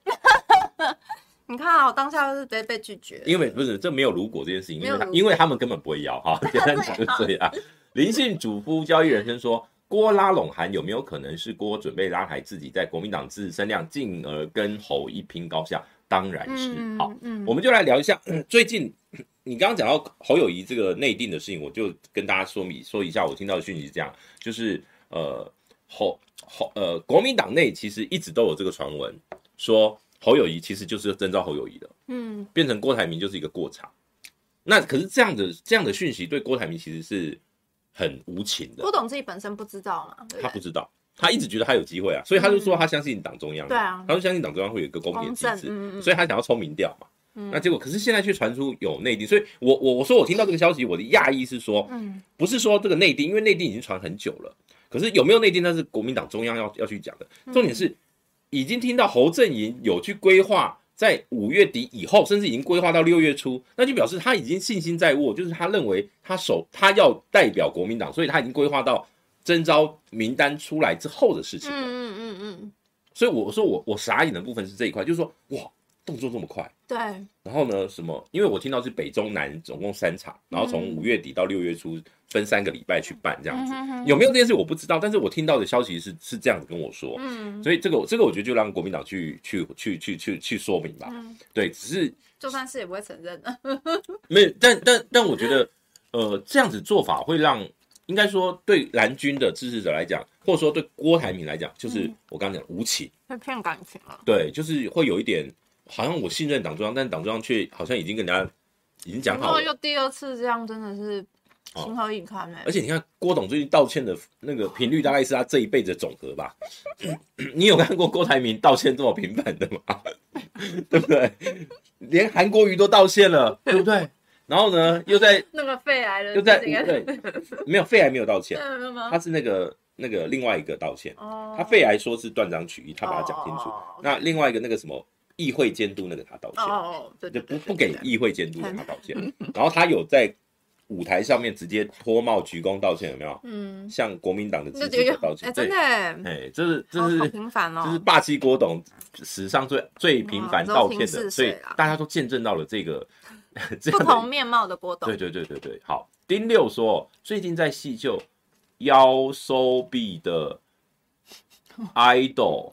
Speaker 2: 你看啊，我当下就是直接被拒绝。
Speaker 1: 因为不是这没有如果这件事情，因为
Speaker 2: 没有
Speaker 1: 他
Speaker 2: 如果
Speaker 1: 因为他们根本不会邀 哈，简单讲就是这样。林姓主夫交易人生说，郭拉拢韩有没有可能是郭准备拉抬自己在国民党自身量，进而跟侯一拼高下？当然是
Speaker 2: 嗯
Speaker 1: 好。，
Speaker 2: 嗯
Speaker 1: 我们就来聊一下 最近。你刚刚讲到侯友谊这个内定的事情，我就跟大家说明说一下，我听到的讯息是这样，就是呃侯侯呃国民党内其实一直都有这个传闻，说侯友谊其实就是征召侯友谊的，
Speaker 2: 嗯
Speaker 1: 变成郭台铭就是一个过场。那可是这样的这样的讯息对郭台铭其实是很无情的
Speaker 2: 郭，董自己本身不知道嘛，对
Speaker 1: 他
Speaker 2: 不
Speaker 1: 不
Speaker 2: 对？
Speaker 1: 知道，他一直觉得他有机会啊，所以他就说他相信党中央，
Speaker 2: 对啊
Speaker 1: 他就相信党中央会有一个公平的
Speaker 2: 公
Speaker 1: 机
Speaker 2: 正，
Speaker 1: 制，
Speaker 2: 嗯嗯
Speaker 1: 所以他想要冲民调嘛。
Speaker 2: 嗯
Speaker 1: 那结果可是现在却传出有内定，所以我我我说我听到这个消息，我的讶异是说，
Speaker 2: 嗯，
Speaker 1: 不是说这个内定，因为内定已经传很久了，可是有没有内定，那是国民党中央要要去讲的。
Speaker 2: 嗯
Speaker 1: 重点是已经听到侯阵营有去规划。在五月底以后，甚至已经规划到六月初，那就表示他已经信心在握，就是他认为他首他要代表国民党，所以他已经规划到征召名单出来之后的事情
Speaker 2: 嗯
Speaker 1: 了。
Speaker 2: 嗯嗯嗯，
Speaker 1: 所以我说我我傻眼的部分是这一块，就是说哇，动作这么快，
Speaker 2: 对，
Speaker 1: 然后呢，什么？因为我听到是北中南总共三场，然后从
Speaker 2: 嗯
Speaker 1: 五月底到六月初分三个礼拜去办这样子。
Speaker 2: 嗯哼哼
Speaker 1: 有没有这件事我不知道，但是我听到的消息是是这样子跟我说，
Speaker 2: 嗯
Speaker 1: 所以这个这个我觉得就让国民党去去去去去去说明吧。
Speaker 2: 嗯，
Speaker 1: 对，只是
Speaker 2: 就算是也不会承认啊的。
Speaker 1: 没有，但但但我觉得，呃，这样子做法会让应该说对蓝军的支持者来讲，或者说对郭台铭来讲，就是
Speaker 2: 嗯
Speaker 1: 我刚刚讲无情。
Speaker 2: 会骗感情了。
Speaker 1: 对，就是会有一点，好像我信任党中央，但党中央却好像已经跟人家已经讲
Speaker 2: 然
Speaker 1: 好
Speaker 2: 后
Speaker 1: 了。
Speaker 2: 又第二次这样，真的是
Speaker 1: 哦
Speaker 2: 情何以堪欸呢？
Speaker 1: 而且你看郭董最近道歉的那个频率，大概是他这一辈子的总和吧。 你有看过郭台铭道歉这么频繁的吗？ 对不对？连韩国瑜都道歉了，对不对？ 然后呢，又在
Speaker 2: 那个肺癌的
Speaker 1: 又在
Speaker 2: 这个，
Speaker 1: 对，没有肺癌没有道歉，
Speaker 2: 嗯有 吗
Speaker 1: 他？是那个那个另外一个道歉。
Speaker 2: 哦，
Speaker 1: 他肺癌说是断章取义，他把它讲清楚
Speaker 2: 哦哦哦。
Speaker 1: 那另外一个那个什么议会监督那个他道
Speaker 2: 哦
Speaker 1: 歉。
Speaker 2: 哦，对
Speaker 1: 就
Speaker 2: 对
Speaker 1: 不不
Speaker 2: 对，
Speaker 1: 给
Speaker 2: 对
Speaker 1: 议会监督的他道歉，然后他有在舞台上面直接脱帽鞠躬道歉，有没有？
Speaker 2: 嗯，
Speaker 1: 向国民党的支
Speaker 2: 那
Speaker 1: 持
Speaker 2: 有
Speaker 1: 者道歉，
Speaker 2: 哎，真的哎，
Speaker 1: 对，哎，这是这
Speaker 2: 好
Speaker 1: 是
Speaker 2: 好频繁哦，
Speaker 1: 这是霸气郭董史上最最频繁道歉
Speaker 2: 哇柔情
Speaker 1: 的，
Speaker 2: 似
Speaker 1: 所
Speaker 2: 水
Speaker 1: 以
Speaker 2: 啊
Speaker 1: 大家都见证到了这个 这
Speaker 2: 不
Speaker 1: 样
Speaker 2: 同
Speaker 1: 的。
Speaker 2: 面貌的郭董
Speaker 1: 对，对对对对，好。丁六说，最近在细究腰收臂的 idol，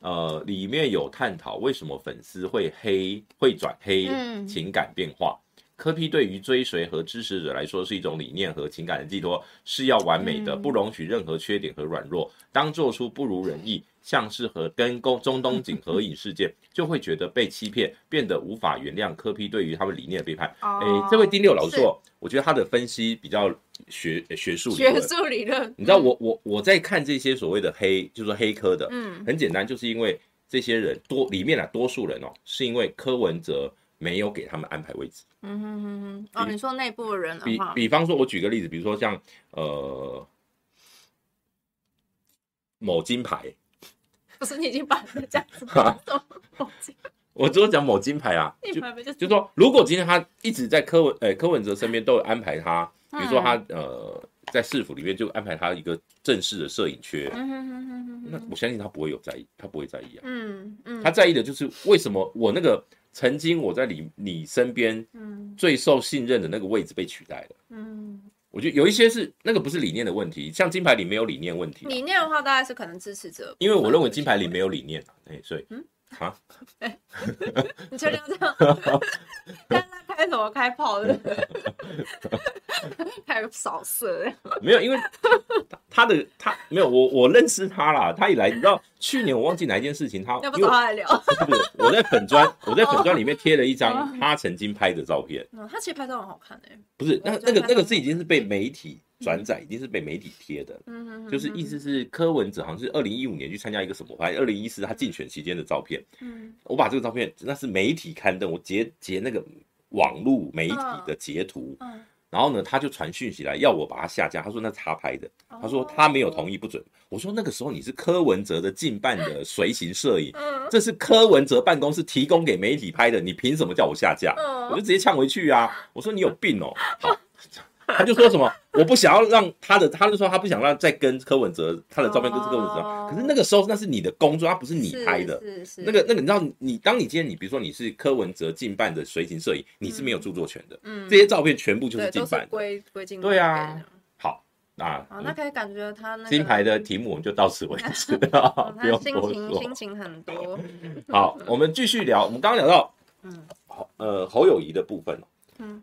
Speaker 1: 呃，里面有探讨为什么粉丝会黑会转黑，
Speaker 2: 嗯
Speaker 1: 情感变化。科批对于追随和支持者来说是一种理念和情感的寄托，是要完美的，
Speaker 2: 嗯
Speaker 1: 不容许任何缺点和软弱。当做出不如人意，像是和跟公中东锦合影事件，就会觉得被欺骗，变得无法原谅科批对于他们理念的背叛。
Speaker 2: 哦
Speaker 1: 诶，这位丁六老师说，我觉得他的分析比较学学术理
Speaker 2: 学
Speaker 1: 论。
Speaker 2: 术理论，
Speaker 1: 你知道我我我在看这些所谓的黑，就是说黑科的，
Speaker 2: 嗯，
Speaker 1: 很简单，就是因为这些人多里面啊，多数人哦，是因为柯文哲没有给他们安排位置。
Speaker 2: 嗯哼哼哼，哦，你说内部的人的
Speaker 1: 比
Speaker 2: 话，
Speaker 1: 比方说，我举个例子，比如说像呃某金牌，
Speaker 2: 不是你已经把人家怎
Speaker 1: 哈
Speaker 2: 么怎么，
Speaker 1: 我只有讲某金牌啊，
Speaker 2: 你
Speaker 1: 就
Speaker 2: 们就
Speaker 1: 就说如果今天他一直在柯文呃柯文哲身边都有安排他，
Speaker 2: 嗯
Speaker 1: 比如说他呃在市府里面就安排他一个正式的摄影缺，
Speaker 2: 嗯哼哼哼哼
Speaker 1: 那
Speaker 2: 哼，
Speaker 1: 我相信他不会有在意，他不会在意啊。
Speaker 2: 嗯嗯，
Speaker 1: 他在意的就是为什么我那个曾经我在你你身边
Speaker 2: 嗯
Speaker 1: 最受信任的那个位置被取代了。
Speaker 2: 嗯，
Speaker 1: 我觉得有一些是那个不是理念的问题，像金牌里没有理念问题啊、
Speaker 2: 理念的话大概是可能支持者，
Speaker 1: 因为我认为金牌里没有理念啊，哎、所以
Speaker 2: 嗯
Speaker 1: 啊，
Speaker 2: 你确定要这样？但是他开什么开 炮的？开个扫射，欸
Speaker 1: 没有，因为他的他没有我我认识他啦，他以来你知道去年我忘记哪一件事情，他
Speaker 2: 要不
Speaker 1: 因为
Speaker 2: 找他来聊？
Speaker 1: 不是我在粉
Speaker 2: 哦
Speaker 1: 砖我在粉砖里面贴了一张他曾经拍的照片，
Speaker 2: 嗯，他其实拍照很好看诶、
Speaker 1: 不是那
Speaker 2: 我觉
Speaker 1: 那个
Speaker 2: 得他
Speaker 1: 那个是已经是被媒体转载，已经是被媒体贴的了。
Speaker 2: 嗯哼哼
Speaker 1: 就是意思是柯文哲好像是二零一五年去参加一个什么，还二零一四他竞选期间的照片，
Speaker 2: 嗯
Speaker 1: 我把这个照片那是媒体刊登，我截截那个网络媒体的截图，
Speaker 2: 嗯，
Speaker 1: 然后呢他就传讯息来要我把它下架，他说那是他拍的，他说
Speaker 2: 哦
Speaker 1: 他没有同意不准，我说那个时候你是柯文哲的近半的随行摄影，
Speaker 2: 嗯
Speaker 1: 这是柯文哲办公室提供给媒体拍的，你凭什么叫我下架？我就哦
Speaker 2: 嗯
Speaker 1: 直接呛回去啊！我说你有病哦！好，他就说什么我不想要让他的，他就说他不想让再跟柯文哲他的照片跟柯文哲。
Speaker 2: 哦
Speaker 1: 可是那个时候那是你的工作，他不是你拍的。
Speaker 2: 是是
Speaker 1: 那个那个，你知道你，你当你今天你比如说你是柯文哲竞办的随行摄影，你是没有著作权的，
Speaker 2: 嗯
Speaker 1: 这些照片全部就
Speaker 2: 对
Speaker 1: 是
Speaker 2: 都
Speaker 1: 竞
Speaker 2: 是
Speaker 1: 办的。
Speaker 2: 归归进
Speaker 1: 对啊好，那
Speaker 2: 啊，哦那可以感觉他那个
Speaker 1: 金牌的题目我们就到此为 止，
Speaker 2: 哦
Speaker 1: 不
Speaker 2: 他
Speaker 1: 用
Speaker 2: 心
Speaker 1: 多
Speaker 2: 情心
Speaker 1: 说。
Speaker 2: 情很多，
Speaker 1: 好，我们继续聊，我们刚刚聊到
Speaker 2: 嗯
Speaker 1: 侯呃侯友谊的部分哦
Speaker 2: 嗯，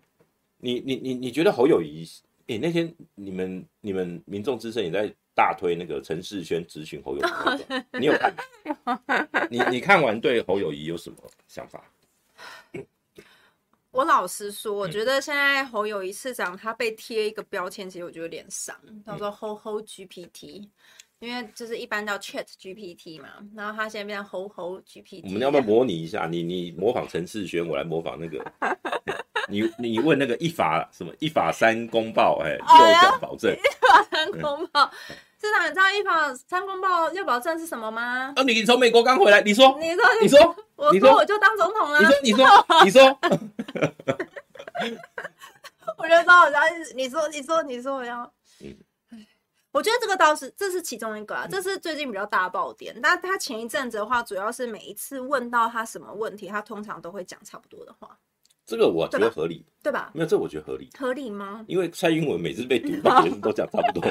Speaker 1: 你你你你觉得侯友谊？诶，那天你们你们民众之声也在大推那个陈世轩咨询侯 友谊那段，你有看吗？你你看完对侯友谊有什么想法？
Speaker 2: 我老实说，
Speaker 1: 嗯
Speaker 2: 我觉得现在侯友谊市长他被贴一个标签，其实我觉得有点伤，
Speaker 1: 嗯
Speaker 2: 叫做“吼吼 GPT”，因为就是一般叫 Chat GPT 嘛，然后他现在变成“吼吼 GPT”。
Speaker 1: 我们要不要模拟一下？你你模仿陈世轩，我来模仿那个。你你问那个一法什么一法三公报，哎，
Speaker 2: 哎
Speaker 1: 六
Speaker 2: 呀
Speaker 1: 项保证。
Speaker 2: 三公报？市长，你知道一法三公报要保证是什么吗？
Speaker 1: 啊，你从美国刚回来，你说
Speaker 2: 你说
Speaker 1: 哦你说
Speaker 2: 我
Speaker 1: 你
Speaker 2: 说
Speaker 1: 说
Speaker 2: 我就当总统啦
Speaker 1: 你。说你说你说，
Speaker 2: 我觉得超好笑。你说，你说，你说，我要
Speaker 1: 嗯。
Speaker 2: 我觉得这个倒是，这是其中一个啊，这是最近比较大的爆点。但他前一阵子的话，主要是每一次问到他什么问题，他通常都会讲差不多的话，
Speaker 1: 这个我觉得合理，
Speaker 2: 对吧？
Speaker 1: 没有这我觉得合理，
Speaker 2: 合理吗？
Speaker 1: 因为蔡英文每次被毒打，每次都讲差 不多。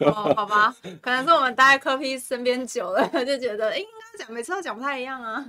Speaker 2: 哦，好吧，可能是我们待在科批身边久了，就觉得哎，诶应该讲每次都讲不太一样啊。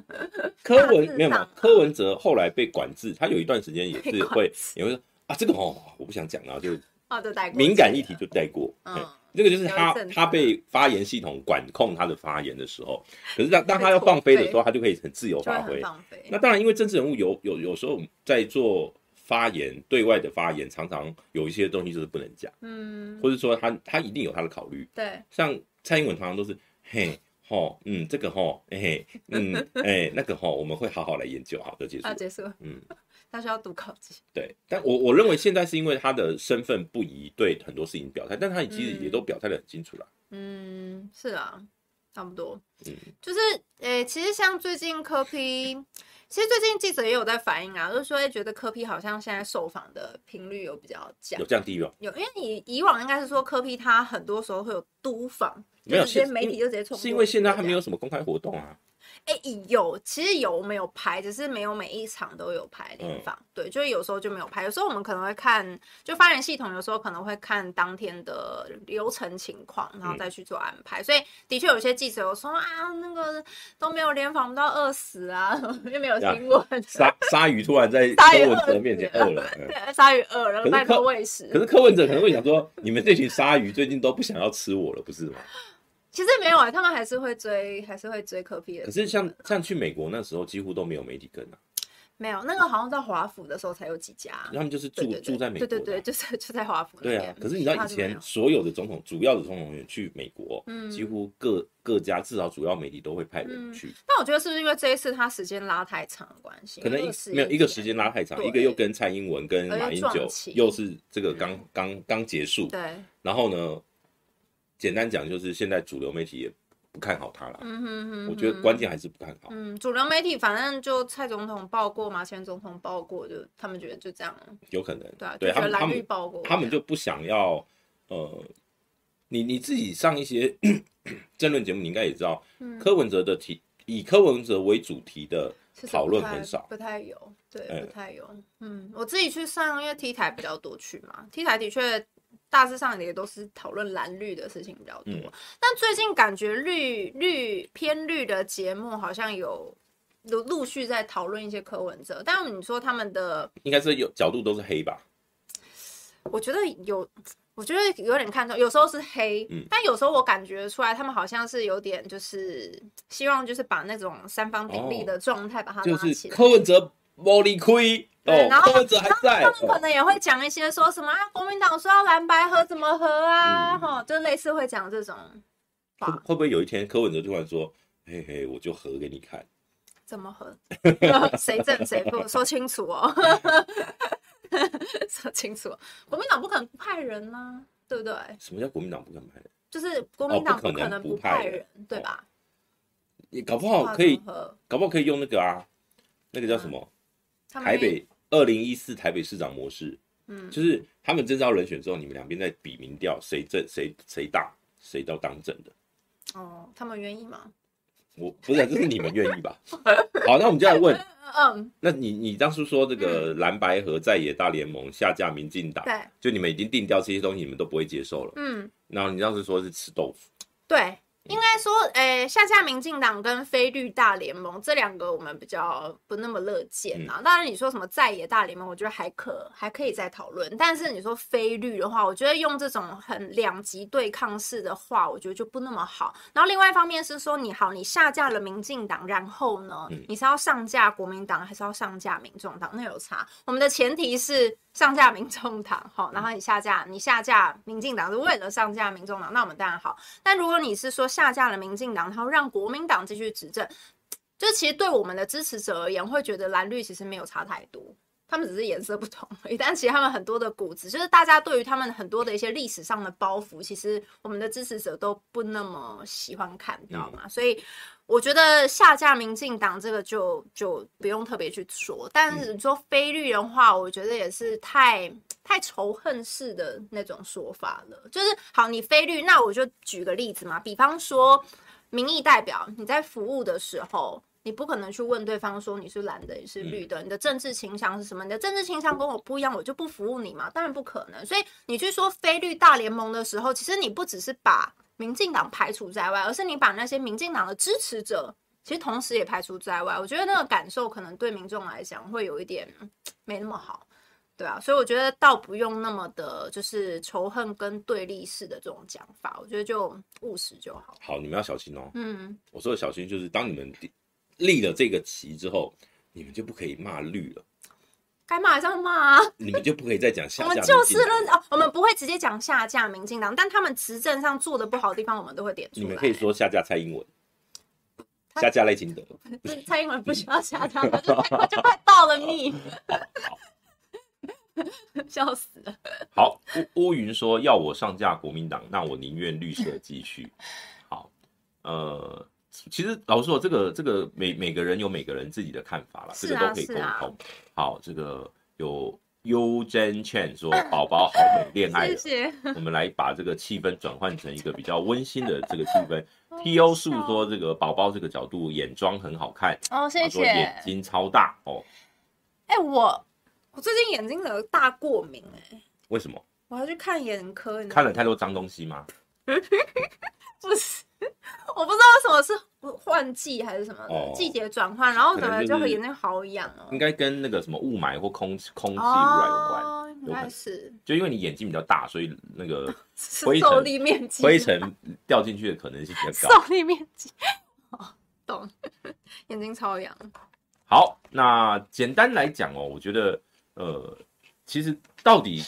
Speaker 1: 柯
Speaker 2: 大
Speaker 1: 文
Speaker 2: 致
Speaker 1: 没有
Speaker 2: 上
Speaker 1: 嘛？柯文哲后来被管制，他有一段时间也
Speaker 2: 被
Speaker 1: 是
Speaker 2: 管
Speaker 1: 会也会说啊，这个哦，我不想讲啊，就
Speaker 2: 哦，就带过
Speaker 1: 敏感
Speaker 2: 去
Speaker 1: 议题就带过。
Speaker 2: 了。
Speaker 1: 嘿
Speaker 2: 嗯，
Speaker 1: 这个就是
Speaker 2: 有一
Speaker 1: 他
Speaker 2: 阵子
Speaker 1: 他被发言系统管控他的发言的时候，可 是当当他
Speaker 2: 被
Speaker 1: 要
Speaker 2: 拖
Speaker 1: 放飞的
Speaker 2: 对
Speaker 1: 时候，他就可以很自由
Speaker 2: 就会
Speaker 1: 发
Speaker 2: 很
Speaker 1: 挥。
Speaker 2: 放飞
Speaker 1: 那。当然，因为政治人物有有有时候在做发言，对外的发言，常常有一些东西就是不能讲，
Speaker 2: 嗯，
Speaker 1: 或者说他他一定有他的考虑。
Speaker 2: 对，
Speaker 1: 像蔡英文常常都是嘿吼，嗯，这个吼，嘿嘿，嗯， 哎、那个吼，我们会好好来研究，好就结束
Speaker 2: 要。结束了。
Speaker 1: 嗯，
Speaker 2: 他需要读考级。
Speaker 1: 对，但我我认为现在是因为他的身份不宜对很多事情表态，但他其实也都表态的很清楚了。
Speaker 2: 嗯，是啊，差不多。
Speaker 1: 嗯
Speaker 2: 就是诶、其实像最近柯批，其实最近记者也有在反映啊，就是说，哎、觉得柯批好像现在受访的频率有比较降
Speaker 1: 有，降低吗？
Speaker 2: 有，因为以以往应该是说柯批他很多时候会有督访，就
Speaker 1: 没有
Speaker 2: 直接
Speaker 1: 现
Speaker 2: 媒体就直接冲，
Speaker 1: 是因为现在还没有。什么公开活动啊。
Speaker 2: 哎、有，其实有我们有拍，只是没有每一场都有拍
Speaker 1: 嗯
Speaker 2: 联访。对，就是有时候就没有拍，有时候我们可能会看，就发言系统有时候可能会看当天的流程情况，然
Speaker 1: 嗯
Speaker 2: 后再去做安排。所以的确有些记者有说啊，那个都没有联访，不到饿死啊， 因为没有新闻。
Speaker 1: 鲨鲨鱼突然在
Speaker 2: 鲨鱼
Speaker 1: 柯文
Speaker 2: 饿
Speaker 1: 哲
Speaker 2: 了
Speaker 1: 面前饿了，嗯
Speaker 2: 对鲨鱼饿了，
Speaker 1: 可是
Speaker 2: 拜托
Speaker 1: 柯
Speaker 2: 喂食。
Speaker 1: 可是柯文哲可能会想说，你们这群鲨鱼最近都不想要吃我了，不是吗？
Speaker 2: 其实没有啊，他们还是会追，还是会追科比
Speaker 1: 可
Speaker 2: 的。
Speaker 1: 是像像去美国那时候，几乎都没有媒体跟啊，
Speaker 2: 没有，那个好像到华府的时候才有几家。
Speaker 1: 他们就是
Speaker 2: 对
Speaker 1: 住
Speaker 2: 对对
Speaker 1: 住在美国的
Speaker 2: 对
Speaker 1: 啊，
Speaker 2: 对对，就是就在华府那
Speaker 1: 对
Speaker 2: 边。
Speaker 1: 啊。可是你知道以
Speaker 2: 其他就没
Speaker 1: 前
Speaker 2: 有
Speaker 1: 所有的总统，主要的总统也去美国，
Speaker 2: 嗯
Speaker 1: 几乎各各家至少主要媒体都会派人
Speaker 2: 嗯
Speaker 1: 去，
Speaker 2: 但我觉得是不是因为这一次他时间拉太长的关系？
Speaker 1: 可能
Speaker 2: 因
Speaker 1: 一
Speaker 2: 为
Speaker 1: 没有一个时
Speaker 2: 间
Speaker 1: 间拉太长，
Speaker 2: 对
Speaker 1: 一个又跟蔡英文跟马英
Speaker 2: 而且
Speaker 1: 九
Speaker 2: 撞期嗯
Speaker 1: 又是这个刚刚刚结束，
Speaker 2: 对，
Speaker 1: 然后呢，简单讲就是现在主流媒体也不看好他了，
Speaker 2: 嗯哼哼，
Speaker 1: 我觉得关键还是不看好。
Speaker 2: 嗯，主流媒体反正就蔡总统报过嘛，前总统报过，就他们觉得就这样，
Speaker 1: 有可能，
Speaker 2: 对啊，
Speaker 1: 对
Speaker 2: 就觉
Speaker 1: 他
Speaker 2: 得
Speaker 1: 们他
Speaker 2: 蓝绿
Speaker 1: 们
Speaker 2: 报过，
Speaker 1: 他们就不想要，呃，你你自己上一些 争论节目，你应该也知道，
Speaker 2: 嗯
Speaker 1: 柯文哲的题以柯文哲为主题的
Speaker 2: 其实不太
Speaker 1: 讨论很少，
Speaker 2: 不太有，对，
Speaker 1: 哎
Speaker 2: 不太有。嗯，我自己去上，因为 T 台比较多去嘛，T 台的确大致上也都是讨论蓝绿的事情比较多。
Speaker 1: 嗯
Speaker 2: 但最近感觉绿绿偏绿的节目好像有有陆续在讨论一些柯文哲，但你说他们的，
Speaker 1: 应该是有角度都是黑吧？
Speaker 2: 我觉得有。我觉得有点看重，有时候是黑，
Speaker 1: 嗯
Speaker 2: 但有时候我感觉出来，他们好像是有点就是希望就是把那种三方鼎立
Speaker 1: 哦
Speaker 2: 的状态把它
Speaker 1: 就
Speaker 2: 拉
Speaker 1: 是
Speaker 2: 起来。
Speaker 1: 柯文哲玻璃亏
Speaker 2: 对
Speaker 1: 哦
Speaker 2: 然，后
Speaker 1: 柯文哲还在，哦
Speaker 2: 他们可能也会讲一些说什么啊，国民党说要蓝白合怎么合啊，
Speaker 1: 嗯
Speaker 2: 吼、就类似会讲这种
Speaker 1: 会
Speaker 2: 话，
Speaker 1: 会不会有一天柯文哲突然说，嘿嘿，我就合给你看？
Speaker 2: 怎么合， 谁正谁负，说清楚哦， 说清楚、哦，国民党不可能不派人呐、对不对？
Speaker 1: 什么叫国民党不肯拍？
Speaker 2: 就是国民党
Speaker 1: 哦不可能
Speaker 2: 可能
Speaker 1: 不
Speaker 2: 派
Speaker 1: 派人哦
Speaker 2: 对吧？
Speaker 1: 你搞不好可以
Speaker 2: 话怎么，合
Speaker 1: 搞不好可以用那个啊，那个叫什么？
Speaker 2: 他们
Speaker 1: 台北二零一四台北市长模式，
Speaker 2: 嗯
Speaker 1: 就是他们征召人选之后，你们两边在比民调，谁正谁谁大，谁要当正的。
Speaker 2: 哦，他们愿意吗？
Speaker 1: 我不是啊，这是你们愿意吧？好，那我们就来问，
Speaker 2: 嗯，
Speaker 1: 那你你当初说这个蓝白合在野大联盟下架民进党，
Speaker 2: 对，
Speaker 1: 就你们已经定掉这些东西，你们都不会接受了。
Speaker 2: 嗯，
Speaker 1: 然后你当时说是吃豆腐，
Speaker 2: 对，应该说，诶、下架民进党跟非绿大联盟这两个我们比较不那么乐见啊。当然，你说什么在野大联盟，我觉得还可还可以再讨论。但是你说非绿的话，我觉得用这种很两极对抗式的话，我觉得就不那么好。然后另外一方面是说，你好，你下架了民进党，然后呢，你是要上架国民党还是要上架民众党？那有差。我们的前提是上架民众党，好，然后你下架你下架民进党是为了上架民众党，那我们当然好。但如果你是说下架了民进党，然后让国民党继续执政，就其实对我们的支持者而言，会觉得蓝绿其实没有差太多。他们只是颜色不同而已，但其实他们很多的骨子，就是大家对于他们很多的一些历史上的包袱，其实我们的支持者都不那么喜欢看到嘛。所以我觉得下架民进党这个就就不用特别去说，但是你说非绿人话，我觉得也是太太仇恨式的那种说法了。就是好，你非绿，那我就举个例子嘛，比方说民意代表，你在服务的时候，你不可能去问对方说你是蓝的，你是绿的，你的政治倾向是什么？你的政治倾向跟我不一样，我就不服务你嘛？当然不可能。所以你去说非绿大联盟的时候，其实你不只是把民进党排除在外，而是你把那些民进党的支持者。其实同时也排除在外，我觉得那个感受可能对民众来讲会有一点嗯没那么好。对啊，所以我觉得倒不用那么的，就是仇恨跟对立式的这种讲法，我觉得就务实就好。
Speaker 1: 好，你们要小心哦。
Speaker 2: 嗯，
Speaker 1: 我说的小心就是，当你们立立了这个旗之后，你们就不可以骂绿了，
Speaker 2: 该骂还是要骂啊。
Speaker 1: 你们就不可以再讲下
Speaker 2: 我
Speaker 1: 架民
Speaker 2: 们
Speaker 1: 进党。
Speaker 2: 就事论哦，我们不会直接讲下架民进党，但他们执政上做的不好的地方，我们都会点出
Speaker 1: 你
Speaker 2: 来。
Speaker 1: 们可以说下架蔡英文，
Speaker 2: 他
Speaker 1: 下架赖清德。
Speaker 2: 是蔡英文不需要下 架，他就他就快到了你， 笑死了。
Speaker 1: 好，乌乌云说要我上架国民党，那我宁愿绿色继续。好，呃，其实老实说，这个这个每每个人有每个人自己的看法啦，
Speaker 2: 是
Speaker 1: 这个
Speaker 2: 啊
Speaker 1: 都可以沟
Speaker 2: 是啊
Speaker 1: 通。好，这个有 U Jen Chen 说宝宝好美恋爱了
Speaker 2: 谢，谢。
Speaker 1: 我们来把这个气氛转换成一个比较温馨的这个气氛。T O 树说这个宝宝这个角度眼妆很好看，
Speaker 2: 哦，
Speaker 1: 他
Speaker 2: 谢
Speaker 1: 说
Speaker 2: 谢。
Speaker 1: 眼睛超大哦，
Speaker 2: 哎、我我最近眼睛有大过敏、哎，
Speaker 1: 为什么？
Speaker 2: 我还去看眼科，你知道吗
Speaker 1: 看了太多脏东西吗？
Speaker 2: 不是，我不知道为什么是换季还是什么的、
Speaker 1: 哦
Speaker 2: 季节转换，然后怎么
Speaker 1: 可能
Speaker 2: 就
Speaker 1: 就是
Speaker 2: 眼睛好痒哦
Speaker 1: 应。该跟那个什么雾霾或空气空气污染有关。
Speaker 2: 哦，应该是
Speaker 1: 就因为你眼睛比较大，所以那 个
Speaker 2: 是
Speaker 1: 灰尘
Speaker 2: 受力面积，
Speaker 1: 灰尘掉进去的可能性比较
Speaker 2: 受
Speaker 1: 高。
Speaker 2: 力面积。哦，懂， 眼睛超痒。
Speaker 1: 好，那简单来讲哦，我觉得呃，其实到底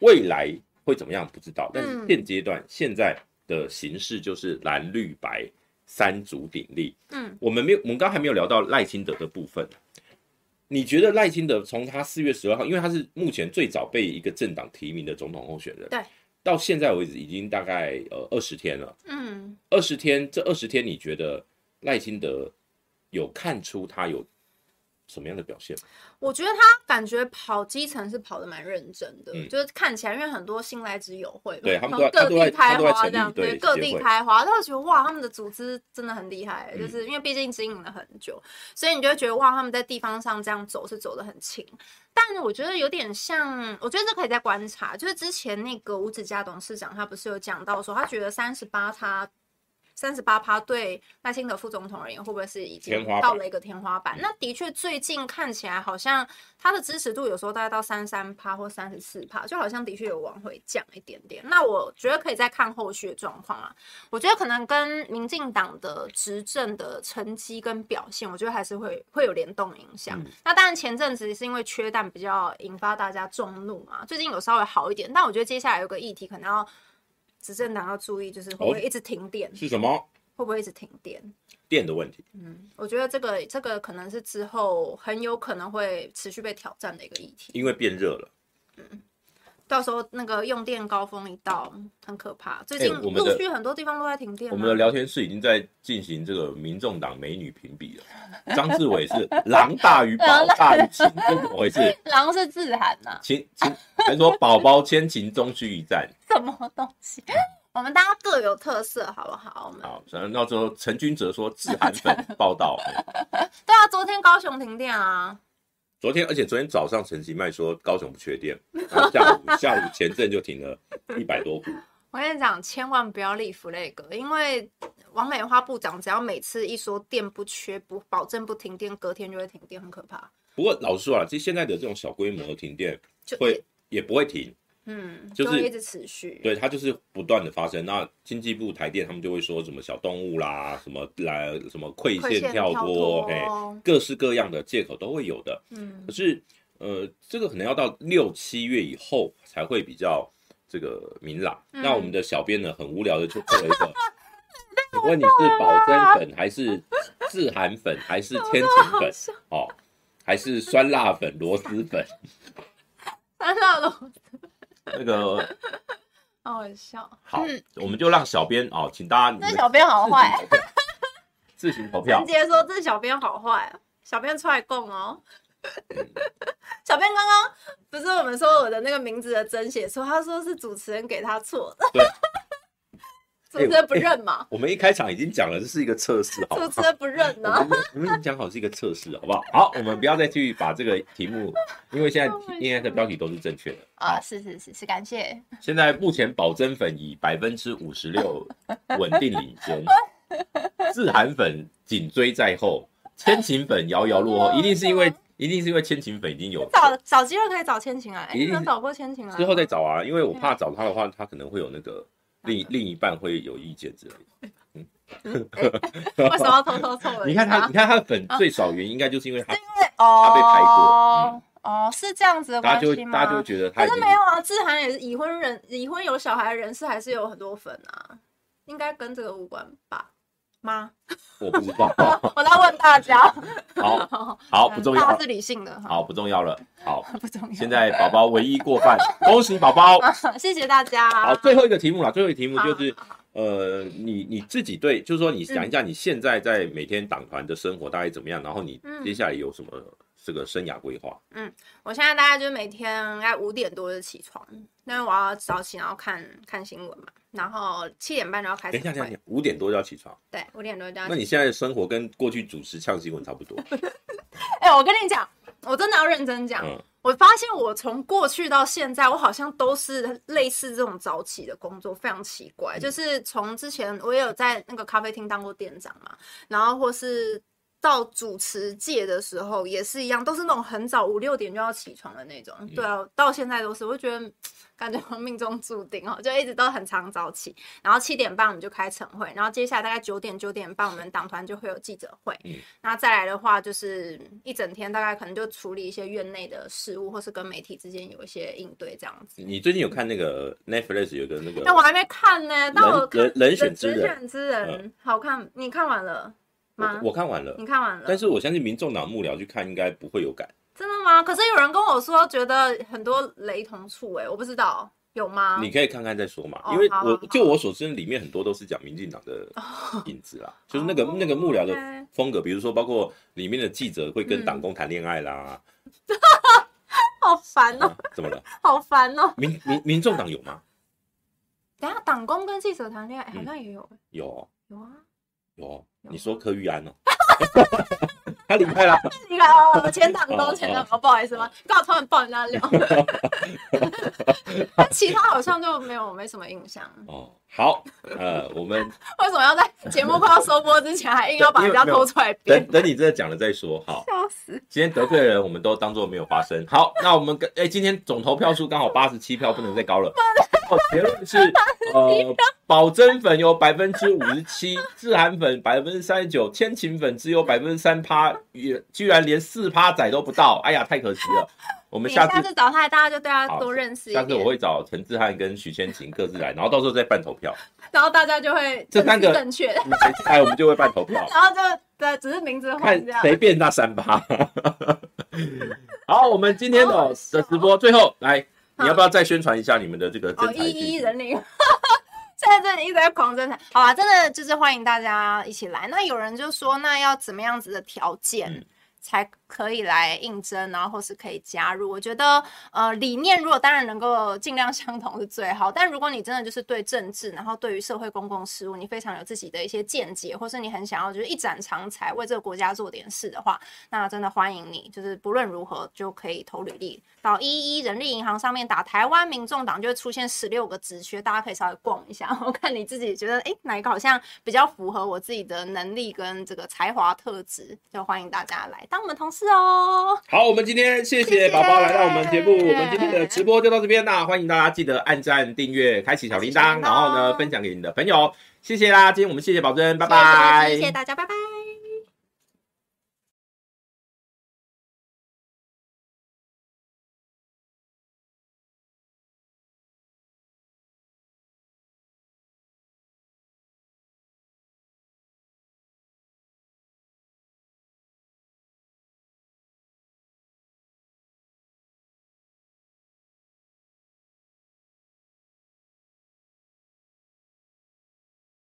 Speaker 1: 未来会怎么样不知道，但是
Speaker 2: 嗯
Speaker 1: 现阶段、现在的形势就是蓝绿白三足鼎立。
Speaker 2: 嗯，
Speaker 1: 我们没有，我们刚还没有聊到赖清德的部分。你觉得赖清德从他四月十二号，因为他是目前最早被一个政党提名的总统候选人，
Speaker 2: 对，
Speaker 1: 到现在为止已经大概呃二十天了。
Speaker 2: 嗯，
Speaker 1: 二十天，这二十天你觉得赖清德有看出他有什么样的表现吗？
Speaker 2: 我觉得他感觉跑基层是跑的蛮认真的，
Speaker 1: 嗯
Speaker 2: 就是看起来，因为很多新来之友会嘛，
Speaker 1: 对他们都在
Speaker 2: 从各地开
Speaker 1: 他都在
Speaker 2: 花
Speaker 1: 成立
Speaker 2: 这样，
Speaker 1: 对
Speaker 2: 各
Speaker 1: 协
Speaker 2: 地
Speaker 1: 会
Speaker 2: 开花，但我觉得哇，他们的组织真的很厉害，
Speaker 1: 嗯
Speaker 2: 就是因为毕竟经营了很久，所以你就会觉得哇，他们在地方上这样走是走的很勤。但我觉得有点像，我觉得这可以再观察，就是之前那个吴子嘉董事长他不是有讲到说，他觉得三十八他。三十八趴对赖清德副总统而言，会不会是已经
Speaker 1: 天花板
Speaker 2: 到了一个天花板？那的确，最近看起来好像他的支持度有时候大概到三三趴或三十四趴，就好像的确有往回降一点点。那我觉得可以再看后续的状况啊。我觉得可能跟民进党的执政的成绩跟表现，我觉得还是会会有联动影响。
Speaker 1: 嗯
Speaker 2: 那当然前阵子是因为缺蛋比较引发大家众怒嘛，最近有稍微好一点，但我觉得接下来有个议题可能要执政党要注意，就是会不会
Speaker 1: 哦
Speaker 2: 一直停电，
Speaker 1: 是什么
Speaker 2: 会不会一直停电？
Speaker 1: 电的问题？
Speaker 2: 我觉得这个这个可能是之后很有可能会持续被挑战的一个议题。
Speaker 1: 因为变热了，
Speaker 2: 到时候那个用电高峰一到，很可怕。最近
Speaker 1: 哎我们的
Speaker 2: 陆续很多地方都在停电、啊
Speaker 1: 我们的聊天室已经在进行这个民众党美女评比了。张志伟是狼大于 宝大于情，这是怎么回事？
Speaker 3: 狼是自寒呐、
Speaker 1: 情情还说宝宝千情终须一战。
Speaker 3: 什么东西？
Speaker 2: 我们大家各有特色，好不好？我们
Speaker 1: 好，然后到时候陈君哲说自韩 粉报道。哎
Speaker 2: 对啊，昨天高雄停电啊，
Speaker 1: 昨天，而且昨天早上陈其迈说高雄不缺电，然后下午下午前阵就停了一百多户。
Speaker 2: 我跟你讲，千万不要立 flag，因为王美花部长只要每次一说电不缺，不保证不停电，隔天就会停电，很可怕。
Speaker 1: 不过老实说啊，其实现在的这种小规模的停电
Speaker 2: 就
Speaker 1: 会也嗯不会停，
Speaker 2: 嗯，
Speaker 1: 就是
Speaker 2: 会一直持续。
Speaker 1: 对，它就是不断的发生。那经济部台电他们就会说什么小动物啦，什么来什么嗯馈
Speaker 2: 馈
Speaker 1: 线
Speaker 2: 线
Speaker 1: 跳
Speaker 2: 跳
Speaker 1: 脱，
Speaker 2: 脱
Speaker 1: 哎，各式各样的借口都会有的。
Speaker 2: 嗯
Speaker 1: 可是呃，这个可能要到六七月以后才会比较这个明朗。
Speaker 2: 嗯
Speaker 1: 那我们的小编呢，很无聊的就做了一 个。请问你是保真粉还是自韩粉还是天晴粉？哦，还是酸辣粉、螺蛳粉？
Speaker 2: 三大楼
Speaker 1: 那个
Speaker 2: 好好笑，
Speaker 1: 好，我们就让小编哦，请大家你
Speaker 3: 这
Speaker 1: 们
Speaker 3: 嗯小编好坏，
Speaker 1: 自行投票
Speaker 2: 陈。杰说这小编好坏啊，小编出来供哦。
Speaker 1: 嗯
Speaker 2: 小编刚刚不是我们说我的那个名字的真写错，他说是主持人给他错的，
Speaker 1: 对
Speaker 2: 主持人不认嘛，
Speaker 1: 我们一开场已经讲了，这是一个测试，哎好
Speaker 2: 主
Speaker 1: 吗
Speaker 2: 持？人不认啊呢、
Speaker 1: 我们我们已经讲好是一个测试，好不好？好，我们不要再去把这个题目，因为现
Speaker 2: 好好
Speaker 1: 在
Speaker 2: 笑
Speaker 1: 应该的标题都是正确的。
Speaker 3: 啊！是是是是，感谢。
Speaker 1: 现在目前保真粉以百分之五十六稳定领先，自韩粉紧追在后，千晴粉遥遥落后，一定是因 为一定是因为千晴粉已经有
Speaker 2: 找找机会可以找千晴来，哎
Speaker 1: 一定
Speaker 2: 你
Speaker 1: 是
Speaker 2: 能找过千晴来吗？
Speaker 1: 之后再找啊，因为我怕找他的话，他可能会有那个
Speaker 2: 嗯
Speaker 1: 另另一半会有意见之类的。
Speaker 2: 为什么要偷偷凑人家？啊
Speaker 1: 你看他，你看他的粉最少原因，应该就是因为他，
Speaker 3: 哦，
Speaker 1: 他被排过
Speaker 3: 哦，是这样子的
Speaker 1: 大
Speaker 3: 关
Speaker 1: 家就
Speaker 3: 系
Speaker 1: 会大
Speaker 3: 吗
Speaker 1: 家就？会觉得他
Speaker 2: 可
Speaker 1: 已
Speaker 2: 是
Speaker 1: 经
Speaker 2: 没有啊，志涵也是已婚人，已婚有小孩的人士还是有很多粉啊，应该跟这个无关吧？妈，
Speaker 1: 我不知道。
Speaker 3: 我在问大家，
Speaker 1: 哦 好好不重
Speaker 2: 嗯大
Speaker 1: 要
Speaker 2: 家，是理性的哈，
Speaker 1: 好不重要了。好，
Speaker 3: 不重要。
Speaker 1: 现在宝宝唯一过 半，恭喜宝宝。
Speaker 2: 谢谢大家。啊
Speaker 1: 好，最后一个题目了，最后一个题目
Speaker 2: 好
Speaker 1: 就是
Speaker 2: 好好
Speaker 1: 呃，你你自己对，就是说你想
Speaker 2: 嗯
Speaker 1: 一下你现在在每天党团的生活大概怎么样，然后你
Speaker 2: 嗯
Speaker 1: 接下来有什么这个生涯规划？
Speaker 2: 我现在大概就是每天大概五点多就起床，因为我要早起，然后看看新闻嘛，然后七点半就要开始
Speaker 1: 等一下，等一
Speaker 2: 会，啊
Speaker 1: 下，五点多就要起床，
Speaker 2: 对，五点多就要
Speaker 1: 那你现在的生活跟过去主持呛新闻差不多，
Speaker 2: 哎、我跟你讲，我真的要认真讲。
Speaker 1: 嗯
Speaker 2: 我发现我从过去到现在，我好像都是类似这种早起的工作，非常奇怪。就是从之前我也有在那个咖啡厅当过店长嘛，然后或是到主持界的时候也是一样，都是那种很早五六点就要起床的那种。
Speaker 1: 嗯
Speaker 2: 对啊，到现在都是，我就觉得感觉我命中注定哦，就一直都很常早起。然后七点半我们就开晨会，然后接下来大概九点九点半我们党团就会有记者会，
Speaker 1: 嗯
Speaker 2: 那再来的话，就是一整天大概可能就处理一些院内的事务，或是跟媒体之间有一些应对这样子。
Speaker 1: 你最近有看那个 Netflix 有一个那个
Speaker 2: 但我还没看呢，但我看
Speaker 1: 嗯人人选之人嗯
Speaker 2: 人选之人好看，你看完了吗
Speaker 1: 我？我看完了
Speaker 2: 你，看完
Speaker 1: 但
Speaker 2: 了，
Speaker 1: 是我相信民众党幕僚去看应该不会有感。
Speaker 2: 真的吗？可是有人跟我说，觉得很多雷同处，哎，我不知道有吗？
Speaker 1: 你可以看看再说嘛，
Speaker 2: 啊哦
Speaker 1: 因为
Speaker 2: 好
Speaker 1: 我
Speaker 2: 好好
Speaker 1: 就我所知，里面很多都是讲民进党的影子啦，就是那个
Speaker 2: 哦
Speaker 1: 那个幕僚的
Speaker 2: OK
Speaker 1: 风格，比如说包括里面的记者会跟
Speaker 2: 嗯
Speaker 1: 党工谈恋爱啦，
Speaker 2: 好烦哦，
Speaker 1: 啊怎么了？
Speaker 2: 好烦哦。
Speaker 1: 民民民众党有吗？
Speaker 2: 等一下，党工跟记者谈恋爱好像也有，
Speaker 1: 有哦
Speaker 2: 有啊。
Speaker 1: 有哦，
Speaker 2: 有
Speaker 1: 你说柯玉安哦，他离开啦，
Speaker 2: 你看哦，前党
Speaker 1: 哦
Speaker 2: 工，前党工，不好意思吗？刚好突然爆人 家料，但其他好像就没有没什么印象。
Speaker 1: 哦，好，呃，我 们
Speaker 2: 为什么要在节目快要收播之前还硬要把人家拖出来编
Speaker 1: 等？等你真的讲了再说，好。
Speaker 2: 笑死！
Speaker 1: 今天得罪的人，我们都当做没有发生。好，那我们跟哎、今天总投票数刚好八十七票，不能再高了。哦、结论是，呃，保真粉有百分之五十七，自韩粉百分之三十九，千晴粉只有百分之三趴，也居然连四趴仔都不到，哎呀，太可惜了。我们
Speaker 2: 你
Speaker 1: 下
Speaker 2: 下
Speaker 1: 次
Speaker 2: 次找他来，大家就对他多认识一
Speaker 1: 下次我
Speaker 2: 点，
Speaker 1: 会找陈志汉跟徐千晴各自来，然后到时候再办投票。
Speaker 2: 然后大家就会
Speaker 1: 这三个
Speaker 2: 政治正确，
Speaker 1: 你谁来，我们就会办投票。
Speaker 2: 然后就对，只是名字换
Speaker 1: 看
Speaker 2: 这样。
Speaker 1: 谁变 那三八。好，我们今天的
Speaker 2: 好好
Speaker 1: 的
Speaker 2: 笑
Speaker 1: 直播最后来你要不要再宣传一下你们的这个
Speaker 4: 哦，
Speaker 1: 真
Speaker 4: 一
Speaker 1: 才
Speaker 4: 一
Speaker 1: 技术？
Speaker 4: 人灵，
Speaker 2: 现在真的一直在狂增产，好吧，真的就是欢迎大家一起来。那有人就说，那要怎么样子的条件
Speaker 1: 嗯
Speaker 2: 才可以来应征，然后或是可以加入？我觉得，呃，理念如果当然能够尽量相同是最好，但如果你真的就是对政治，然后对于社会公共事务，你非常有自己的一些见解，或是你很想要就是一展长才，为这个国家做点事的话，那真的欢迎你，就是不论如何就可以投履历到一一人力银行上面打台湾民众党，就会出现十六个职缺，大家可以稍微逛一下， 我看你自己觉得诶哪一个好像比较符合我自己的能力跟这个才华特质，就欢迎大家来当我们同事哦。
Speaker 1: 好，我们今天谢
Speaker 2: 谢谢
Speaker 1: 谢宝宝来到我们节目，我们今天的直播就到这边啦，欢迎大家记得按赞、订阅、开启小铃铛，然后呢分享给你的朋友，谢谢啦，今天我们谢谢宝珍，拜拜，
Speaker 2: 谢谢大家，拜拜。